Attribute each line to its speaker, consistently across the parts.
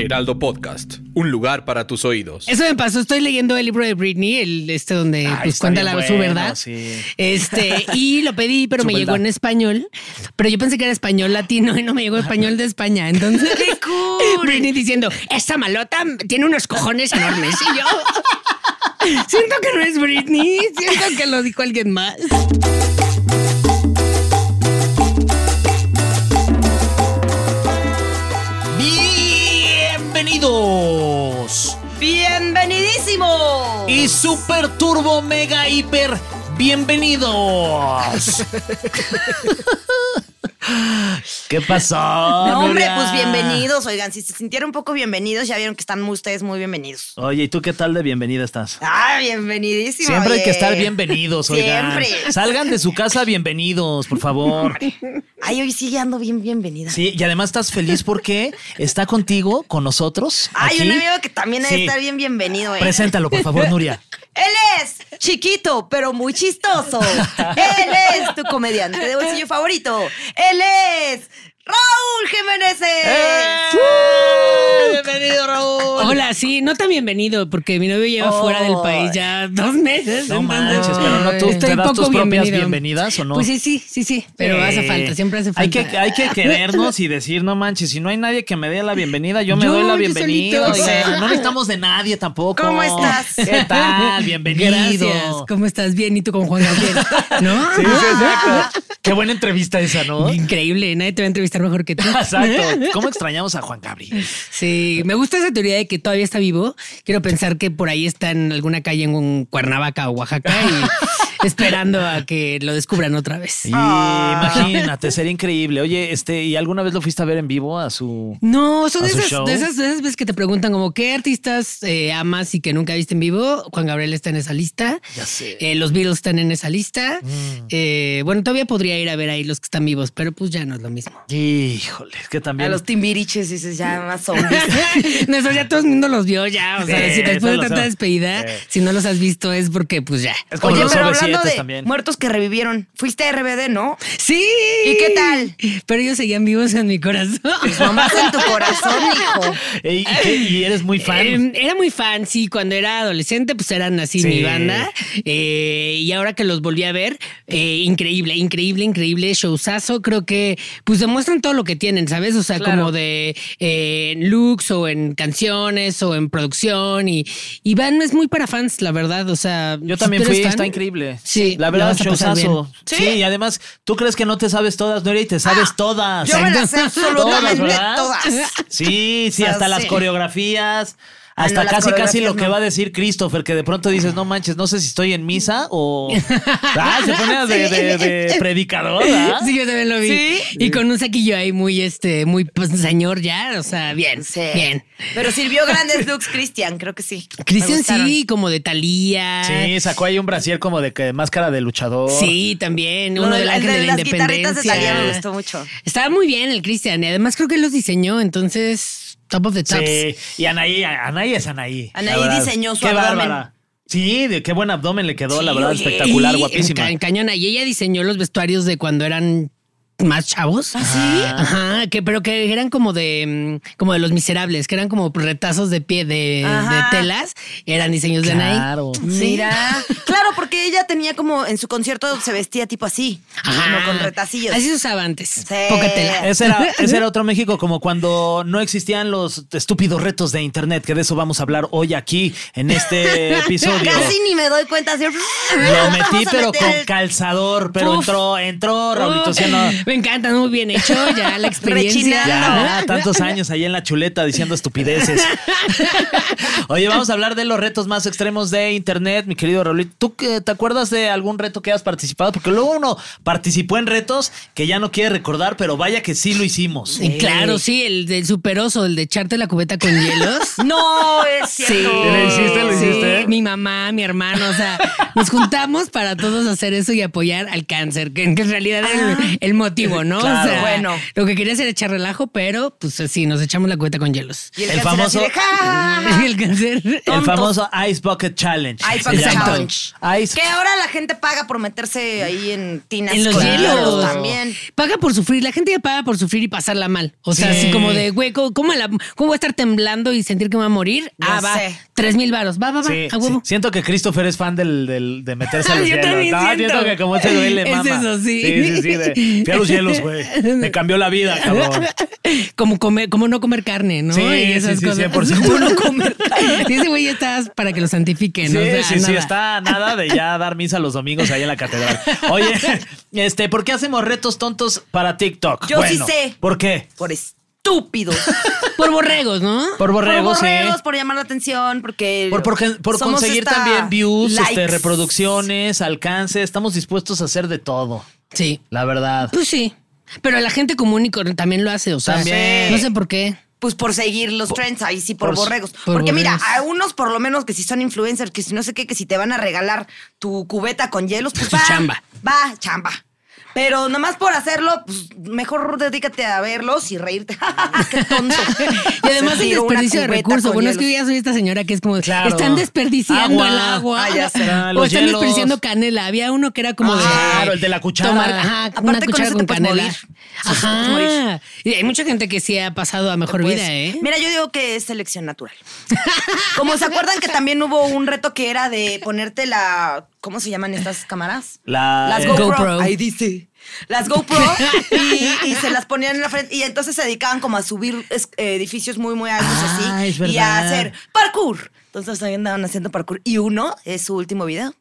Speaker 1: Heraldo Podcast, un lugar para tus oídos.
Speaker 2: Eso me pasó, estoy leyendo el libro de Britney, el este donde
Speaker 3: Ay,
Speaker 2: pues
Speaker 3: está
Speaker 2: cuenta la,
Speaker 3: bien
Speaker 2: su
Speaker 3: bueno,
Speaker 2: verdad.
Speaker 3: sí.
Speaker 2: Este, y lo pedí, pero
Speaker 3: Su
Speaker 2: me llegó
Speaker 3: verdad.
Speaker 2: en español. Pero yo pensé que era español latino y no me llegó español de España. Entonces, Britney diciendo, esta malota tiene unos cojones enormes. Y yo siento que no es Britney, siento que lo dijo alguien más.
Speaker 3: Bienvenidos
Speaker 4: ¡Bienvenidísimo!
Speaker 3: y super turbo mega hiper bienvenidos. ¿Qué pasó?
Speaker 4: No, hombre,
Speaker 3: Nuria?
Speaker 4: pues bienvenidos. Oigan, si se sintieron un poco bienvenidos, ya vieron que están muy- ustedes muy bienvenidos.
Speaker 3: Oye, ¿y tú qué tal de bienvenida estás?
Speaker 4: Ah, bienvenidísimo.
Speaker 3: Siempre hay
Speaker 4: oye.
Speaker 3: que estar bienvenidos, oigan.
Speaker 4: Siempre.
Speaker 3: Salgan de su casa bienvenidos, por favor.
Speaker 4: Ay, hoy sí ya ando bien bienvenida.
Speaker 3: Sí, y además estás feliz porque está contigo, con nosotros.
Speaker 4: Hay
Speaker 3: aquí.
Speaker 4: un amigo que también debe
Speaker 3: Sí.
Speaker 4: estar bien bienvenido, eh.
Speaker 3: Preséntalo, por favor, Nuria.
Speaker 4: Él es chiquito, pero muy chistoso. Él es tu comediante de bolsillo favorito. Él es Raúl Jiménez.
Speaker 3: Eh. Bienvenido, Raúl.
Speaker 2: Hola, sí, no tan bienvenido, porque mi novio lleva fuera del país ya dos meses.
Speaker 3: No
Speaker 2: entonces-
Speaker 3: manches, pero no tú
Speaker 2: Estoy
Speaker 3: te das
Speaker 2: poco
Speaker 3: tus propias
Speaker 2: bienvenido.
Speaker 3: bienvenidas o no.
Speaker 2: Pues sí, sí, sí, sí, pero
Speaker 3: Eh,
Speaker 2: hace falta, siempre hace falta.
Speaker 3: Hay que, hay que querernos y decir, no manches, si no hay nadie que me dé la bienvenida, yo me
Speaker 2: Yo,
Speaker 3: doy la
Speaker 2: yo
Speaker 3: bienvenida.
Speaker 2: solito.
Speaker 3: o sea, no necesitamos de nadie tampoco.
Speaker 4: ¿Cómo estás?
Speaker 3: ¿Qué tal? Bienvenido.
Speaker 2: Gracias. ¿Cómo estás? Bien, ¿y tú con Juan Gabriel? ¿No? Ah,
Speaker 3: Sí, sí, exacto. Qué buena entrevista esa, ¿no?
Speaker 2: Increíble, nadie te va a entrevistar mejor que tú.
Speaker 3: Exacto. ¿Cómo extrañamos a Juan Gabriel?
Speaker 2: Sí, me gusta esa teoría de que todavía está vivo. Quiero pensar que por ahí está en alguna calle en Cuernavaca o Oaxaca y esperando a que lo descubran otra vez.
Speaker 3: Y
Speaker 4: Ah.
Speaker 3: imagínate, sería increíble. Oye, este, ¿y alguna vez lo fuiste a ver en vivo a su
Speaker 2: No, son
Speaker 3: ¿A
Speaker 2: de
Speaker 3: su
Speaker 2: esas,
Speaker 3: show?
Speaker 2: de esas de esas veces que te preguntan como qué artistas eh, amas y que nunca viste en vivo. Juan Gabriel está en esa lista.
Speaker 3: Ya sé. Mm.
Speaker 2: Eh, los Beatles están en esa lista. Eh, bueno, todavía podría ir a ver ahí los que están vivos, pero pues ya no es lo mismo.
Speaker 3: Híjole, es que
Speaker 4: A
Speaker 3: también.
Speaker 4: los timbiriches dices ya más zombies.
Speaker 2: Nosotros ya todo el mundo los vio ya. O sea,
Speaker 3: Sí,
Speaker 2: si después de
Speaker 3: eso lo
Speaker 2: tanta
Speaker 3: sé.
Speaker 2: despedida,
Speaker 3: Sí.
Speaker 2: si no los has visto es porque pues ya.
Speaker 3: Es como
Speaker 4: Oye,
Speaker 3: los
Speaker 4: pero
Speaker 3: OV7
Speaker 4: hablando de
Speaker 3: también.
Speaker 4: muertos que revivieron, fuiste a RBD, ¿no?
Speaker 2: Sí.
Speaker 4: ¿Y qué tal?
Speaker 2: Pero ellos seguían vivos en mi corazón.
Speaker 4: Nomás en tu corazón, hijo.
Speaker 3: Ey, ¿y, qué? ¿Y eres muy fan?
Speaker 2: Eh, era muy fan, sí. Cuando era adolescente, pues eran así
Speaker 3: Sí.
Speaker 2: mi banda. Eh, y ahora que los volví a ver, eh, increíble, increíble, increíble. Showzazo. Creo que pues demuestran todo lo que tienen, ¿sabes? O sea, como de eh, en looks o en canciones o en producción. Y, y van, es muy para fans, la verdad. O sea,
Speaker 3: Yo
Speaker 2: si
Speaker 3: también
Speaker 2: tú eres
Speaker 3: fui,
Speaker 2: fan,
Speaker 3: está increíble.
Speaker 2: Sí,
Speaker 3: la
Speaker 2: la
Speaker 3: verdad,
Speaker 2: vas a pasar
Speaker 3: showzazo.
Speaker 2: bien.
Speaker 3: ¿Sí? y además, tú crees que no te sabes todas, Nuria, y te sabes todas. ¿eh?
Speaker 4: Yo me las sé absolutamente
Speaker 3: ¿verdad?
Speaker 4: todas.
Speaker 3: Sí, sí,
Speaker 4: Ah,
Speaker 3: hasta las
Speaker 4: sí.
Speaker 3: coreografías.
Speaker 4: Ah,
Speaker 3: Hasta
Speaker 4: no, las
Speaker 3: casi, casi lo
Speaker 4: coreografías
Speaker 3: que
Speaker 4: no.
Speaker 3: va a decir Christopher, que de pronto dices, no manches, no sé si estoy en misa o. Ah, se pone de, de- de predicador. ¿ah?
Speaker 2: Sí, yo también lo vi. Y con un saquillo ahí muy, este, muy pues, señor ya, o sea, bien,
Speaker 4: Sí.
Speaker 2: bien.
Speaker 4: Pero sirvió grandes looks, Cristian, creo que sí. Me
Speaker 2: Cristian
Speaker 4: gustaron.
Speaker 2: sí, como de Talía.
Speaker 3: Sí, sacó ahí un brasier como de que- máscara de luchador.
Speaker 2: Sí, también.
Speaker 4: Lo
Speaker 2: Uno
Speaker 4: de-
Speaker 2: del
Speaker 4: el
Speaker 2: ángel
Speaker 4: de
Speaker 2: de, la
Speaker 4: las guitarritas de
Speaker 2: independencia.
Speaker 4: Thalía me gustó mucho.
Speaker 2: Estaba muy bien el Cristian. Y además creo que los diseñó, entonces, top of the tops.
Speaker 3: Sí, y Anaí, Anaí es Anaí.
Speaker 4: Anaí
Speaker 3: la verdad.
Speaker 4: diseñó su
Speaker 3: Qué
Speaker 4: abdomen.
Speaker 3: bárbara. Sí, de qué buen abdomen le quedó, la
Speaker 4: Sí,
Speaker 3: verdad,
Speaker 4: oye.
Speaker 3: espectacular,
Speaker 2: Y
Speaker 3: guapísima.
Speaker 2: En, ca- en cañona. Y ella diseñó los vestuarios de cuando eran más chavos. ¿Ah, sí? Ajá, que, pero que eran como de mm, como de los miserables, que eran como retazos de pie de, de
Speaker 4: Ajá.
Speaker 2: telas. Eran diseños de Anaí.
Speaker 3: Claro.
Speaker 4: Mira. Claro, porque ella tenía como en su concierto se vestía tipo así, como con retacillos.
Speaker 2: Así se usaba antes.
Speaker 4: Sí.
Speaker 2: Poca tela.
Speaker 3: Ese era, ese era otro México, como cuando no existían los estúpidos retos de Internet, que de eso vamos a hablar hoy aquí en este episodio.
Speaker 4: Ah, Casi ni me doy cuenta. así,
Speaker 3: Lo
Speaker 4: vamos
Speaker 3: metí,
Speaker 4: a
Speaker 3: pero
Speaker 4: meter
Speaker 3: con
Speaker 4: el-
Speaker 3: calzador, pero
Speaker 2: Uf.
Speaker 3: entró, entró, Raulito. sí, no.
Speaker 2: Me encanta, muy bien hecho, ya la experiencia.
Speaker 4: Rechinando.
Speaker 2: Ya.
Speaker 3: Ya, tantos años ahí en la chuleta diciendo estupideces. Oye, vamos a hablar de los retos más extremos de internet, mi querido Raúl. ¿Tú qué- te acuerdas de algún reto que has participado? Porque luego uno participó en retos que ya no quiere recordar, pero vaya que sí lo hicimos.
Speaker 2: Y Claro, sí, el del superoso, el de echarte la cubeta con hielos.
Speaker 4: No, es cierto.
Speaker 2: ¿Lo
Speaker 3: hiciste? ¿Lo hiciste?
Speaker 2: Mi mamá, mi hermano, o sea, nos juntamos para todos hacer eso y apoyar al cáncer, que, que en realidad era el, el motivo, ¿no?
Speaker 3: Ah. Claro.
Speaker 2: o sea,
Speaker 4: Bueno.
Speaker 2: Lo que quería era echar relajo, pero pues sí, nos echamos la cubeta con hielos.
Speaker 4: Y el,
Speaker 3: El
Speaker 4: cáncer así
Speaker 3: famoso-
Speaker 4: de, "Ja, ja, ja".
Speaker 2: el cáncer.
Speaker 3: El famoso Ice Bucket Challenge.
Speaker 4: Ice
Speaker 3: se
Speaker 4: Bucket
Speaker 3: llama.
Speaker 4: Challenge.
Speaker 3: Ice
Speaker 4: Que ahora la gente paga por meterse ahí en tinas
Speaker 2: En los
Speaker 4: con
Speaker 3: Claro.
Speaker 2: hielos.
Speaker 4: también.
Speaker 2: Paga por sufrir. La gente ya paga por sufrir y pasarla mal. O sea,
Speaker 3: Sí.
Speaker 2: así como de, güey, ¿cómo, cómo la- cómo voy a estar temblando y sentir que me voy a morir?
Speaker 4: Ya
Speaker 2: ah, va.
Speaker 4: sé.
Speaker 2: Tres mil varos. Va, va, va.
Speaker 3: Sí,
Speaker 2: a
Speaker 3: sí.
Speaker 2: Ah, huevo.
Speaker 3: Siento que Christopher es fan del, del- de meterse a los
Speaker 2: Yo
Speaker 3: hielos.
Speaker 2: también
Speaker 3: No,
Speaker 2: siento.
Speaker 3: que como ese duele,
Speaker 2: Es
Speaker 3: mamá.
Speaker 2: eso, sí.
Speaker 3: Sí, sí, sí, de, fui a los hielos, güey. Me cambió la vida, cabrón.
Speaker 2: Como, comer, como no comer carne, ¿no?
Speaker 3: Sí,
Speaker 2: y esas
Speaker 3: sí, sí,
Speaker 2: cosas.
Speaker 3: 100%.
Speaker 2: Como no comer carne. Sí, ese güey ya estás para que lo santifiquen.
Speaker 3: Sí,
Speaker 2: o sea,
Speaker 3: sí, sí,
Speaker 2: nada.
Speaker 3: está a nada de ya dar misa los domingos ahí en la catedral. Oye, este, ¿por qué hacemos retos tontos para TikTok?
Speaker 4: Yo sí sé.
Speaker 3: ¿Por qué?
Speaker 4: Por estúpidos.
Speaker 2: Por borregos, ¿no?
Speaker 3: Por borregos,
Speaker 4: por borregos,
Speaker 3: sí.
Speaker 4: por llamar la atención, porque.
Speaker 3: Por, por- por
Speaker 4: somos
Speaker 3: conseguir
Speaker 4: esta
Speaker 3: también views, este,
Speaker 4: likes.
Speaker 3: reproducciones, alcance. Estamos dispuestos a hacer de todo,
Speaker 2: Sí.
Speaker 3: la verdad.
Speaker 2: Pues sí. Pero la gente común y corriente también lo hace, o sea,
Speaker 3: También.
Speaker 2: no sé por qué.
Speaker 4: Pues por seguir los trends ahí sí por,
Speaker 3: por-
Speaker 4: borregos.
Speaker 2: por
Speaker 4: Porque mira,
Speaker 2: borregos.
Speaker 4: a unos por lo menos que si son influencers, que si no sé qué, que si te van a regalar tu cubeta con hielos, pues
Speaker 2: Su
Speaker 4: va,
Speaker 2: chamba.
Speaker 4: Va, chamba. Pero nomás por hacerlo, pues mejor dedícate a verlos y reírte. qué tonto.
Speaker 2: Y además el
Speaker 4: Tiro una
Speaker 2: desperdicio de
Speaker 4: cubeta
Speaker 2: recursos.
Speaker 4: con
Speaker 2: Bueno, es que
Speaker 4: hielos.
Speaker 2: yo ya soy esta señora que es como,
Speaker 3: Claro.
Speaker 2: están desperdiciando
Speaker 3: Agua.
Speaker 2: el agua.
Speaker 4: Ah, ya sé.
Speaker 3: Ah,
Speaker 2: o
Speaker 3: los
Speaker 2: están
Speaker 3: hielos.
Speaker 2: desperdiciando canela. Había uno que era como de.
Speaker 3: Claro, el de la cuchara.
Speaker 2: tomar, ajá, una
Speaker 4: Aparte, con
Speaker 2: cuchara
Speaker 4: eso
Speaker 2: con,
Speaker 4: te puedes
Speaker 2: canela.
Speaker 4: morir. O sea, te puedes morir.
Speaker 2: Ajá. Y hay mucha gente que sí ha pasado a mejor
Speaker 4: Pues,
Speaker 2: vida, ¿eh?
Speaker 4: Mira, yo digo que es selección natural. Como se acuerdan que también hubo un reto que era de ponerte la. ¿Cómo se llaman estas cámaras?
Speaker 3: La-
Speaker 4: las
Speaker 3: eh,
Speaker 4: GoPro.
Speaker 2: GoPro.
Speaker 4: Ahí dice. Las GoPro y, y se las ponían en la frente. Y entonces se dedicaban como a subir es- eh, edificios muy, muy altos
Speaker 3: Ah,
Speaker 4: así.
Speaker 3: es
Speaker 4: y a
Speaker 3: verdad.
Speaker 4: hacer parkour. Entonces ahí andaban haciendo parkour. Y uno es su último video.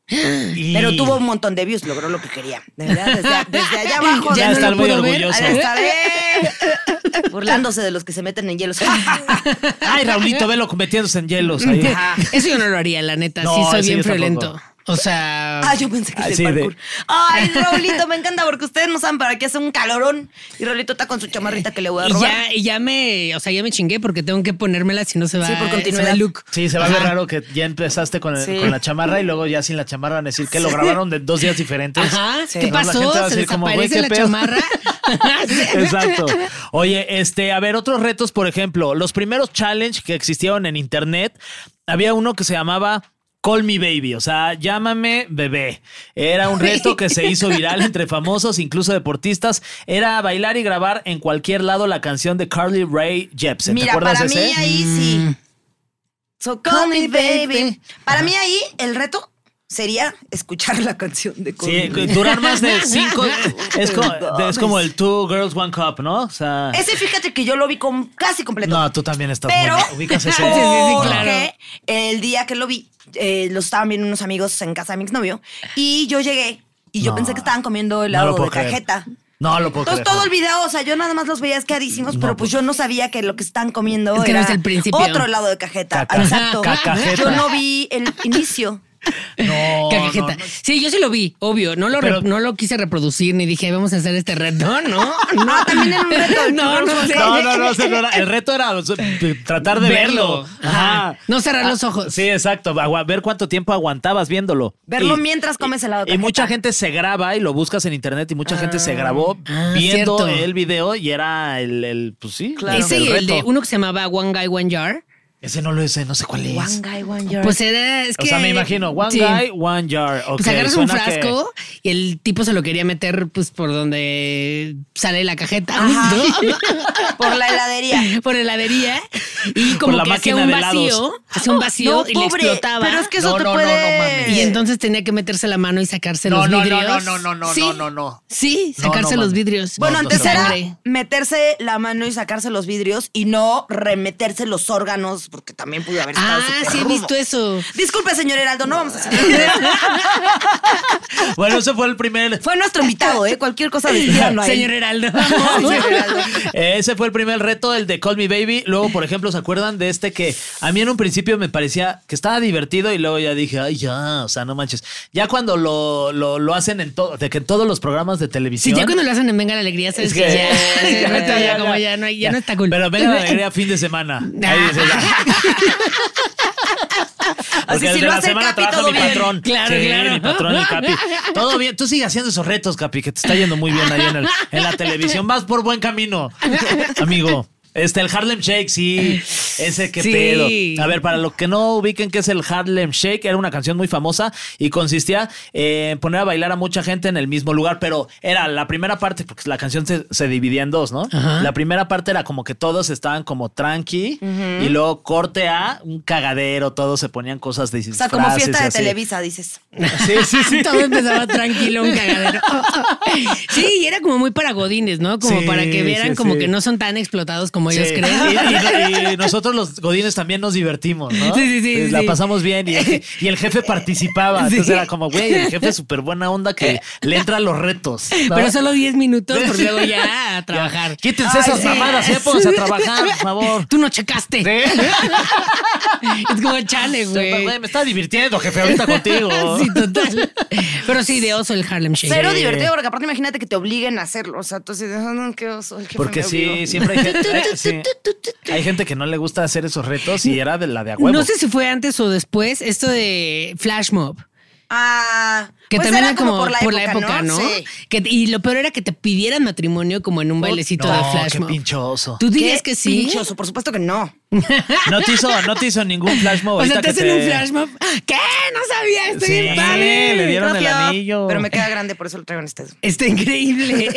Speaker 3: Y-
Speaker 4: Pero tuvo un montón de views, logró lo que quería. De verdad, desde, desde allá abajo.
Speaker 3: Ya
Speaker 4: de-
Speaker 3: está
Speaker 2: lo
Speaker 3: muy
Speaker 2: puedo ver.
Speaker 3: orgulloso.
Speaker 4: Ahí está, eh, Burlándose de los que se meten en hielos.
Speaker 3: Ay, Raulito, velo metiéndose en hielos ahí.
Speaker 2: Ajá. Eso yo no lo haría, la neta.
Speaker 3: No,
Speaker 2: sí, soy
Speaker 3: eso
Speaker 2: bien
Speaker 3: yo tampoco.
Speaker 2: friolento. O sea.
Speaker 4: Ah, yo pensé que
Speaker 3: Así
Speaker 4: es el
Speaker 3: de-
Speaker 4: parkour. Ay, Raulito, me encanta porque ustedes no saben para qué hace un calorón. Y Raulito está con su chamarrita que le voy a
Speaker 2: y
Speaker 4: robar.
Speaker 2: ya, y ya me, o sea, ya me chingué porque tengo que ponérmela si no se va,
Speaker 4: Sí, por
Speaker 2: se
Speaker 4: continuidad.
Speaker 2: va el look.
Speaker 3: Sí, se va a ver
Speaker 2: Ajá.
Speaker 3: raro que ya empezaste con, el-
Speaker 4: Sí.
Speaker 3: con la chamarra y luego ya sin la chamarra van a decir que lo grabaron de dos días diferentes.
Speaker 2: Ajá,
Speaker 3: Sí.
Speaker 2: ¿qué
Speaker 3: Entonces la
Speaker 2: pasó?
Speaker 3: gente va a
Speaker 2: ¿Se
Speaker 3: decir como, güey,
Speaker 2: desaparece
Speaker 3: ¿qué
Speaker 2: la
Speaker 3: pedo?
Speaker 2: chamarra?
Speaker 3: Exacto. Oye, este, a ver, otros retos, por ejemplo, los primeros challenge que existieron en internet, había uno que se llamaba Call Me Baby, o sea, llámame bebé. Era un reto que se hizo viral entre famosos, incluso deportistas. Era bailar y grabar en cualquier lado la canción de Carly Rae Jepsen. ¿Te
Speaker 4: Mira,
Speaker 3: acuerdas
Speaker 4: para
Speaker 3: de
Speaker 4: mí
Speaker 3: ese? Mm.
Speaker 4: ahí sí. So call me baby. Para mí ahí el reto sería escuchar la canción de Call
Speaker 3: Sí,
Speaker 4: Me Baby.
Speaker 3: durar más de cinco. es, como, es como el Two Girls One Cup, ¿no? O sea.
Speaker 4: Ese fíjate que yo lo vi com- casi completo.
Speaker 3: No, tú también estás
Speaker 4: pero
Speaker 3: muy. Ubicas ese.
Speaker 2: Sí, sí, sí, claro.
Speaker 4: porque el día que lo vi, eh, lo estaban viendo unos amigos en casa de mi exnovio y yo llegué y yo
Speaker 3: No.
Speaker 4: pensé que estaban comiendo
Speaker 3: No lo
Speaker 4: helado
Speaker 3: puedo
Speaker 4: de
Speaker 3: creer.
Speaker 4: cajeta.
Speaker 3: No lo puedo
Speaker 4: Entonces
Speaker 3: creer.
Speaker 4: todo el video, o sea, yo nada más los veía escadísimos, pero pues yo no sabía que lo que están comiendo
Speaker 2: Es que no
Speaker 4: era
Speaker 2: es el principio.
Speaker 4: otro helado de cajeta.
Speaker 3: Caca-
Speaker 4: Exacto.
Speaker 3: cacajeta.
Speaker 4: Yo no vi el inicio.
Speaker 3: No,
Speaker 2: Cajeta.
Speaker 3: no, no.
Speaker 2: Sí, yo sí lo vi, obvio. No lo, re-
Speaker 3: Pero-
Speaker 2: no lo quise reproducir ni dije, "Ay, vamos a hacer este reto. No, no.
Speaker 4: Ah, también era un reto del
Speaker 2: No,
Speaker 4: Club
Speaker 2: no,
Speaker 4: Rosa.
Speaker 3: No, no, no, o sea, no era- el reto era o sea, de- tratar de verlo.
Speaker 2: Verlo. Ajá. No cerrar
Speaker 3: Ah,
Speaker 2: los ojos.
Speaker 3: Sí, exacto. agua- Ver cuánto tiempo aguantabas viéndolo.
Speaker 4: Verlo mientras comes helado de
Speaker 3: Y mucha
Speaker 4: cajeta.
Speaker 3: gente se graba y lo buscas en internet y mucha gente se grabó
Speaker 2: Ah,
Speaker 3: viendo
Speaker 2: cierto.
Speaker 3: el video y era el, el pues sí,
Speaker 4: Claro.
Speaker 2: Ese
Speaker 3: el,
Speaker 2: y el
Speaker 3: reto.
Speaker 2: de uno que se llamaba One Guy, One Jar.
Speaker 3: Ese no lo sé, no sé cuál es.
Speaker 4: One guy, one jar.
Speaker 2: Pues era. Es
Speaker 3: O
Speaker 2: que-
Speaker 3: sea, me imagino, one
Speaker 2: Sí.
Speaker 3: guy, one jar.
Speaker 2: Pues
Speaker 3: Ok,
Speaker 2: agarras un
Speaker 3: suena que-
Speaker 2: frasco y el tipo se lo quería meter pues por donde sale la cajeta. ¿no?
Speaker 4: Por la heladería.
Speaker 2: por heladería y
Speaker 3: Por la
Speaker 2: como que hacía
Speaker 3: máquina
Speaker 2: un
Speaker 3: de helados.
Speaker 2: vacío, hacía un vacío
Speaker 4: No,
Speaker 2: y le
Speaker 4: pobre,
Speaker 2: explotaba.
Speaker 4: Pero es que eso
Speaker 3: No,
Speaker 4: te
Speaker 3: no, no, no
Speaker 4: puede.
Speaker 3: mames.
Speaker 2: y entonces tenía que meterse la mano y sacarse
Speaker 3: Eh. No,
Speaker 2: los
Speaker 3: no, no,
Speaker 2: vidrios.
Speaker 3: no, no, no,
Speaker 2: sí,
Speaker 3: no, no, no.
Speaker 2: Sí,
Speaker 3: No, no
Speaker 2: sacarse
Speaker 3: mames.
Speaker 2: los vidrios.
Speaker 4: Bueno,
Speaker 3: No, no
Speaker 4: antes
Speaker 3: se
Speaker 4: era
Speaker 2: Sangre.
Speaker 4: meterse la mano y sacarse los vidrios y no remeterse los órganos porque también pudo haber estado.
Speaker 2: Ah,
Speaker 4: súper
Speaker 2: sí he
Speaker 4: rudo.
Speaker 2: visto eso.
Speaker 4: Disculpe, señor Heraldo, no vamos a hacer.
Speaker 3: Bueno, ese fue el primer.
Speaker 4: Fue nuestro invitado, ¿eh? Cualquier cosa
Speaker 3: Pues
Speaker 4: decíanlo ahí.
Speaker 2: Señor Heraldo.
Speaker 4: Señor Heraldo.
Speaker 3: Ese fue el primer reto, el de Call Me Baby. Luego, por ejemplo, ¿se acuerdan de este que a mí en un principio me parecía que estaba divertido y luego ya dije, ay, ya, o sea, no manches. Ya cuando lo, lo, lo hacen en todo, de que en todos los programas de
Speaker 2: Sí,
Speaker 3: televisión.
Speaker 2: ya cuando lo hacen en Venga la Alegría, sabes
Speaker 3: Es
Speaker 2: que,
Speaker 3: que-
Speaker 2: ya, ese reto ya, como ya no, hay- ya no está cool.
Speaker 3: Pero venga la alegría fin de semana. Ahí dice ya.
Speaker 4: Así
Speaker 3: Porque
Speaker 4: sí
Speaker 3: de
Speaker 4: lo
Speaker 3: la
Speaker 4: hace el
Speaker 3: semana
Speaker 4: Capi,
Speaker 3: trabaja
Speaker 4: todo
Speaker 3: mi
Speaker 4: bien.
Speaker 3: patrón.
Speaker 2: Claro,
Speaker 3: Sí,
Speaker 2: claro.
Speaker 3: Mi patrón, el Capi. Todo bien. Tú sigue haciendo esos retos, Capi, que te está yendo muy bien ahí en, el- en la televisión. Vas por buen camino, amigo. Este, el Harlem Shake, sí. Ese que
Speaker 2: Sí.
Speaker 3: pedo. A ver, Eh, para los que no ubiquen qué es el Harlem Shake, era una canción muy famosa y consistía eh, en poner a bailar a mucha gente en el mismo lugar, pero era la primera parte, porque la canción se, se dividía en dos, ¿no? La primera parte era como que todos estaban como tranqui y luego corte a un cagadero, todos se ponían cosas de
Speaker 4: O sea, como
Speaker 3: disfraces
Speaker 4: fiesta
Speaker 3: y
Speaker 4: de
Speaker 3: así.
Speaker 4: Televisa, dices.
Speaker 3: Sí, sí, sí.
Speaker 2: Ah, Todo empezaba tranquilo, un cagadero. Sí, y era como muy para godines, ¿no? Como
Speaker 3: Sí,
Speaker 2: para que vieran
Speaker 3: sí,
Speaker 2: como
Speaker 3: sí.
Speaker 2: que no son tan explotados como ellos
Speaker 3: Sí.
Speaker 2: creen.
Speaker 3: Y, y- y nosotros los godines también nos divertimos, ¿no?
Speaker 2: Sí, sí, sí,
Speaker 3: Pues
Speaker 2: sí.
Speaker 3: La pasamos bien y, y el jefe participaba. Entonces
Speaker 2: Sí.
Speaker 3: era como, güey, el jefe es súper buena onda que le entra a los retos. ¿no?
Speaker 2: Pero solo 10 minutos, porque luego ya a trabajar.
Speaker 3: Quítense esas
Speaker 2: sí.
Speaker 3: mamadas, ¿eh? Pónganse a trabajar, por favor.
Speaker 2: Tú no checaste. Es como chale,
Speaker 3: Güey,
Speaker 2: güey.
Speaker 3: me está divirtiendo, jefe, ahorita contigo.
Speaker 2: Sí, total. Pero sí, de oso el Harlem Shake.
Speaker 4: Cero divertido, porque aparte imagínate que te obliguen a hacerlo. O sea, entonces, ah, no, qué oso. el jefe
Speaker 3: Porque
Speaker 4: me
Speaker 3: sí,
Speaker 4: obligó.
Speaker 3: siempre hay gente, eh, sí. hay gente que no le gusta hacer esos retos y era de la de a huevo.
Speaker 2: No sé si fue antes o después esto de Flash Mob.
Speaker 4: Ah,
Speaker 2: Que
Speaker 4: pues
Speaker 2: también
Speaker 4: era
Speaker 2: era como por la época, ¿no?
Speaker 4: Sí.
Speaker 2: Que, y lo peor era que te pidieran matrimonio como en un bailecito
Speaker 3: no,
Speaker 2: de Flash
Speaker 3: qué
Speaker 2: Mob.
Speaker 3: pinchoso.
Speaker 2: ¿Tú dirías
Speaker 4: ¿Crees
Speaker 2: que sí?
Speaker 4: Pinchoso, por supuesto que no.
Speaker 3: No te hizo, no te hizo ningún flash mob.
Speaker 2: O sea,
Speaker 3: ahorita
Speaker 2: te
Speaker 3: que
Speaker 2: hacen un flash mob. ¿Qué? No sabía, estoy
Speaker 3: Sí,
Speaker 2: bien padre.
Speaker 3: sí, le dieron el
Speaker 4: Propio,
Speaker 3: anillo.
Speaker 4: Pero me queda grande, por eso lo traigo en este. dedo.
Speaker 2: Está increíble.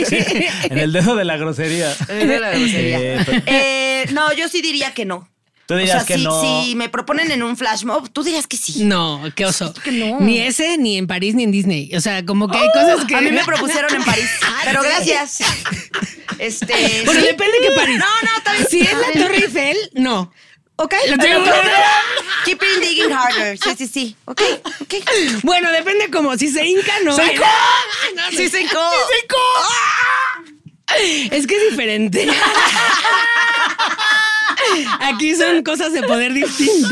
Speaker 3: En el dedo de la grosería.
Speaker 4: Eh, la grosería.
Speaker 3: Eh, pero-
Speaker 4: Eh, no, yo sí diría que no.
Speaker 3: Tú dirías que
Speaker 4: si,
Speaker 3: no.
Speaker 4: Si me proponen en un flash mob, tú dirías que sí.
Speaker 2: No, qué oso.
Speaker 4: que no. Oh,
Speaker 2: Ni ese, ni en París, ni en Disney. O sea, como que hay cosas que. Ah,
Speaker 4: A mí me propusieron en París, pero
Speaker 2: sí.
Speaker 4: gracias. Este.
Speaker 2: Bueno,
Speaker 4: sí.
Speaker 2: depende de qué París.
Speaker 4: No, no, también.
Speaker 2: Si es la Torre Eiffel, no.
Speaker 4: Ok.
Speaker 2: Lo tengo claro.
Speaker 4: Keep it digging harder. Sí, sí, sí. Ok, ok.
Speaker 2: Bueno, depende como si se hinca, no.
Speaker 4: ¡Se hincó!
Speaker 2: Ay, no, no.
Speaker 4: Sí, se hincó. Ah.
Speaker 2: ¡Sí se hincó! Es que es diferente. Aquí son cosas de poder distintas.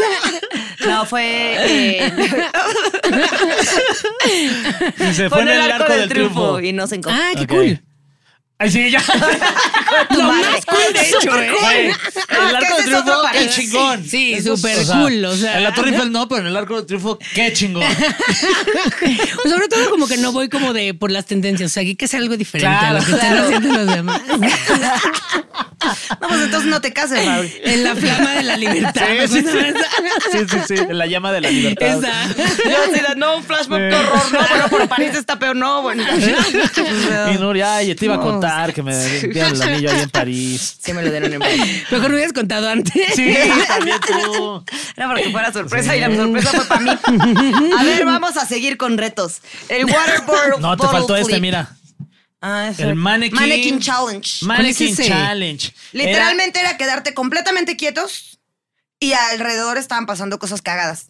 Speaker 4: No, fue. eh,
Speaker 3: Y se fue en el arco del triunfo.
Speaker 4: y no se encontró.
Speaker 2: Ah, qué
Speaker 3: Ok.
Speaker 2: cool.
Speaker 3: Ay, sí, ya.
Speaker 2: Lo
Speaker 4: madre.
Speaker 2: más cool, de hecho,
Speaker 4: Súper
Speaker 2: ¿eh?
Speaker 4: cool.
Speaker 3: Güey,
Speaker 4: No, es
Speaker 3: el
Speaker 4: que
Speaker 3: arco
Speaker 4: ese
Speaker 3: del
Speaker 4: es
Speaker 3: triunfo,
Speaker 4: otro
Speaker 3: qué
Speaker 4: país.
Speaker 3: chingón.
Speaker 2: Sí,
Speaker 3: Eso,
Speaker 2: súper cool, o sea.
Speaker 3: En la Torre Eiffel no, pero en el arco del triunfo, qué chingón.
Speaker 2: Pues Sobre todo como que no voy como de por las tendencias. O sea, aquí que sea algo diferente a lo que
Speaker 3: Claro, claro.
Speaker 2: están haciendo los demás.
Speaker 4: No,
Speaker 2: eh?
Speaker 4: pues entonces no te cases, Raúl.
Speaker 2: En la flama de la libertad.
Speaker 3: Sí,
Speaker 2: ¿no?
Speaker 3: sí, sí. Sí, sí, sí. En la llama de la libertad.
Speaker 2: Esa.
Speaker 4: Yo así de, no, un flash mob, qué horror. No, bueno, por París está peor. No, bueno.
Speaker 3: Y Nuria, ay, te iba a contar que me dieron el anillo ahí en París.
Speaker 4: Sí, me lo dieron en París.
Speaker 2: Mejor me hubieras contado antes.
Speaker 3: Sí, también tú.
Speaker 4: Era porque fuera sorpresa y la sorpresa fue para mí. A ver, vamos a seguir con retos. El waterboard.
Speaker 3: No, te faltó este, mira.
Speaker 4: Ah, ese.
Speaker 3: El mannequin.
Speaker 4: Mannequin challenge.
Speaker 3: Mannequin
Speaker 2: ¿Cuál es ese?
Speaker 3: challenge. Era-
Speaker 4: Literalmente era quedarte completamente quietos y alrededor estaban pasando cosas cagadas.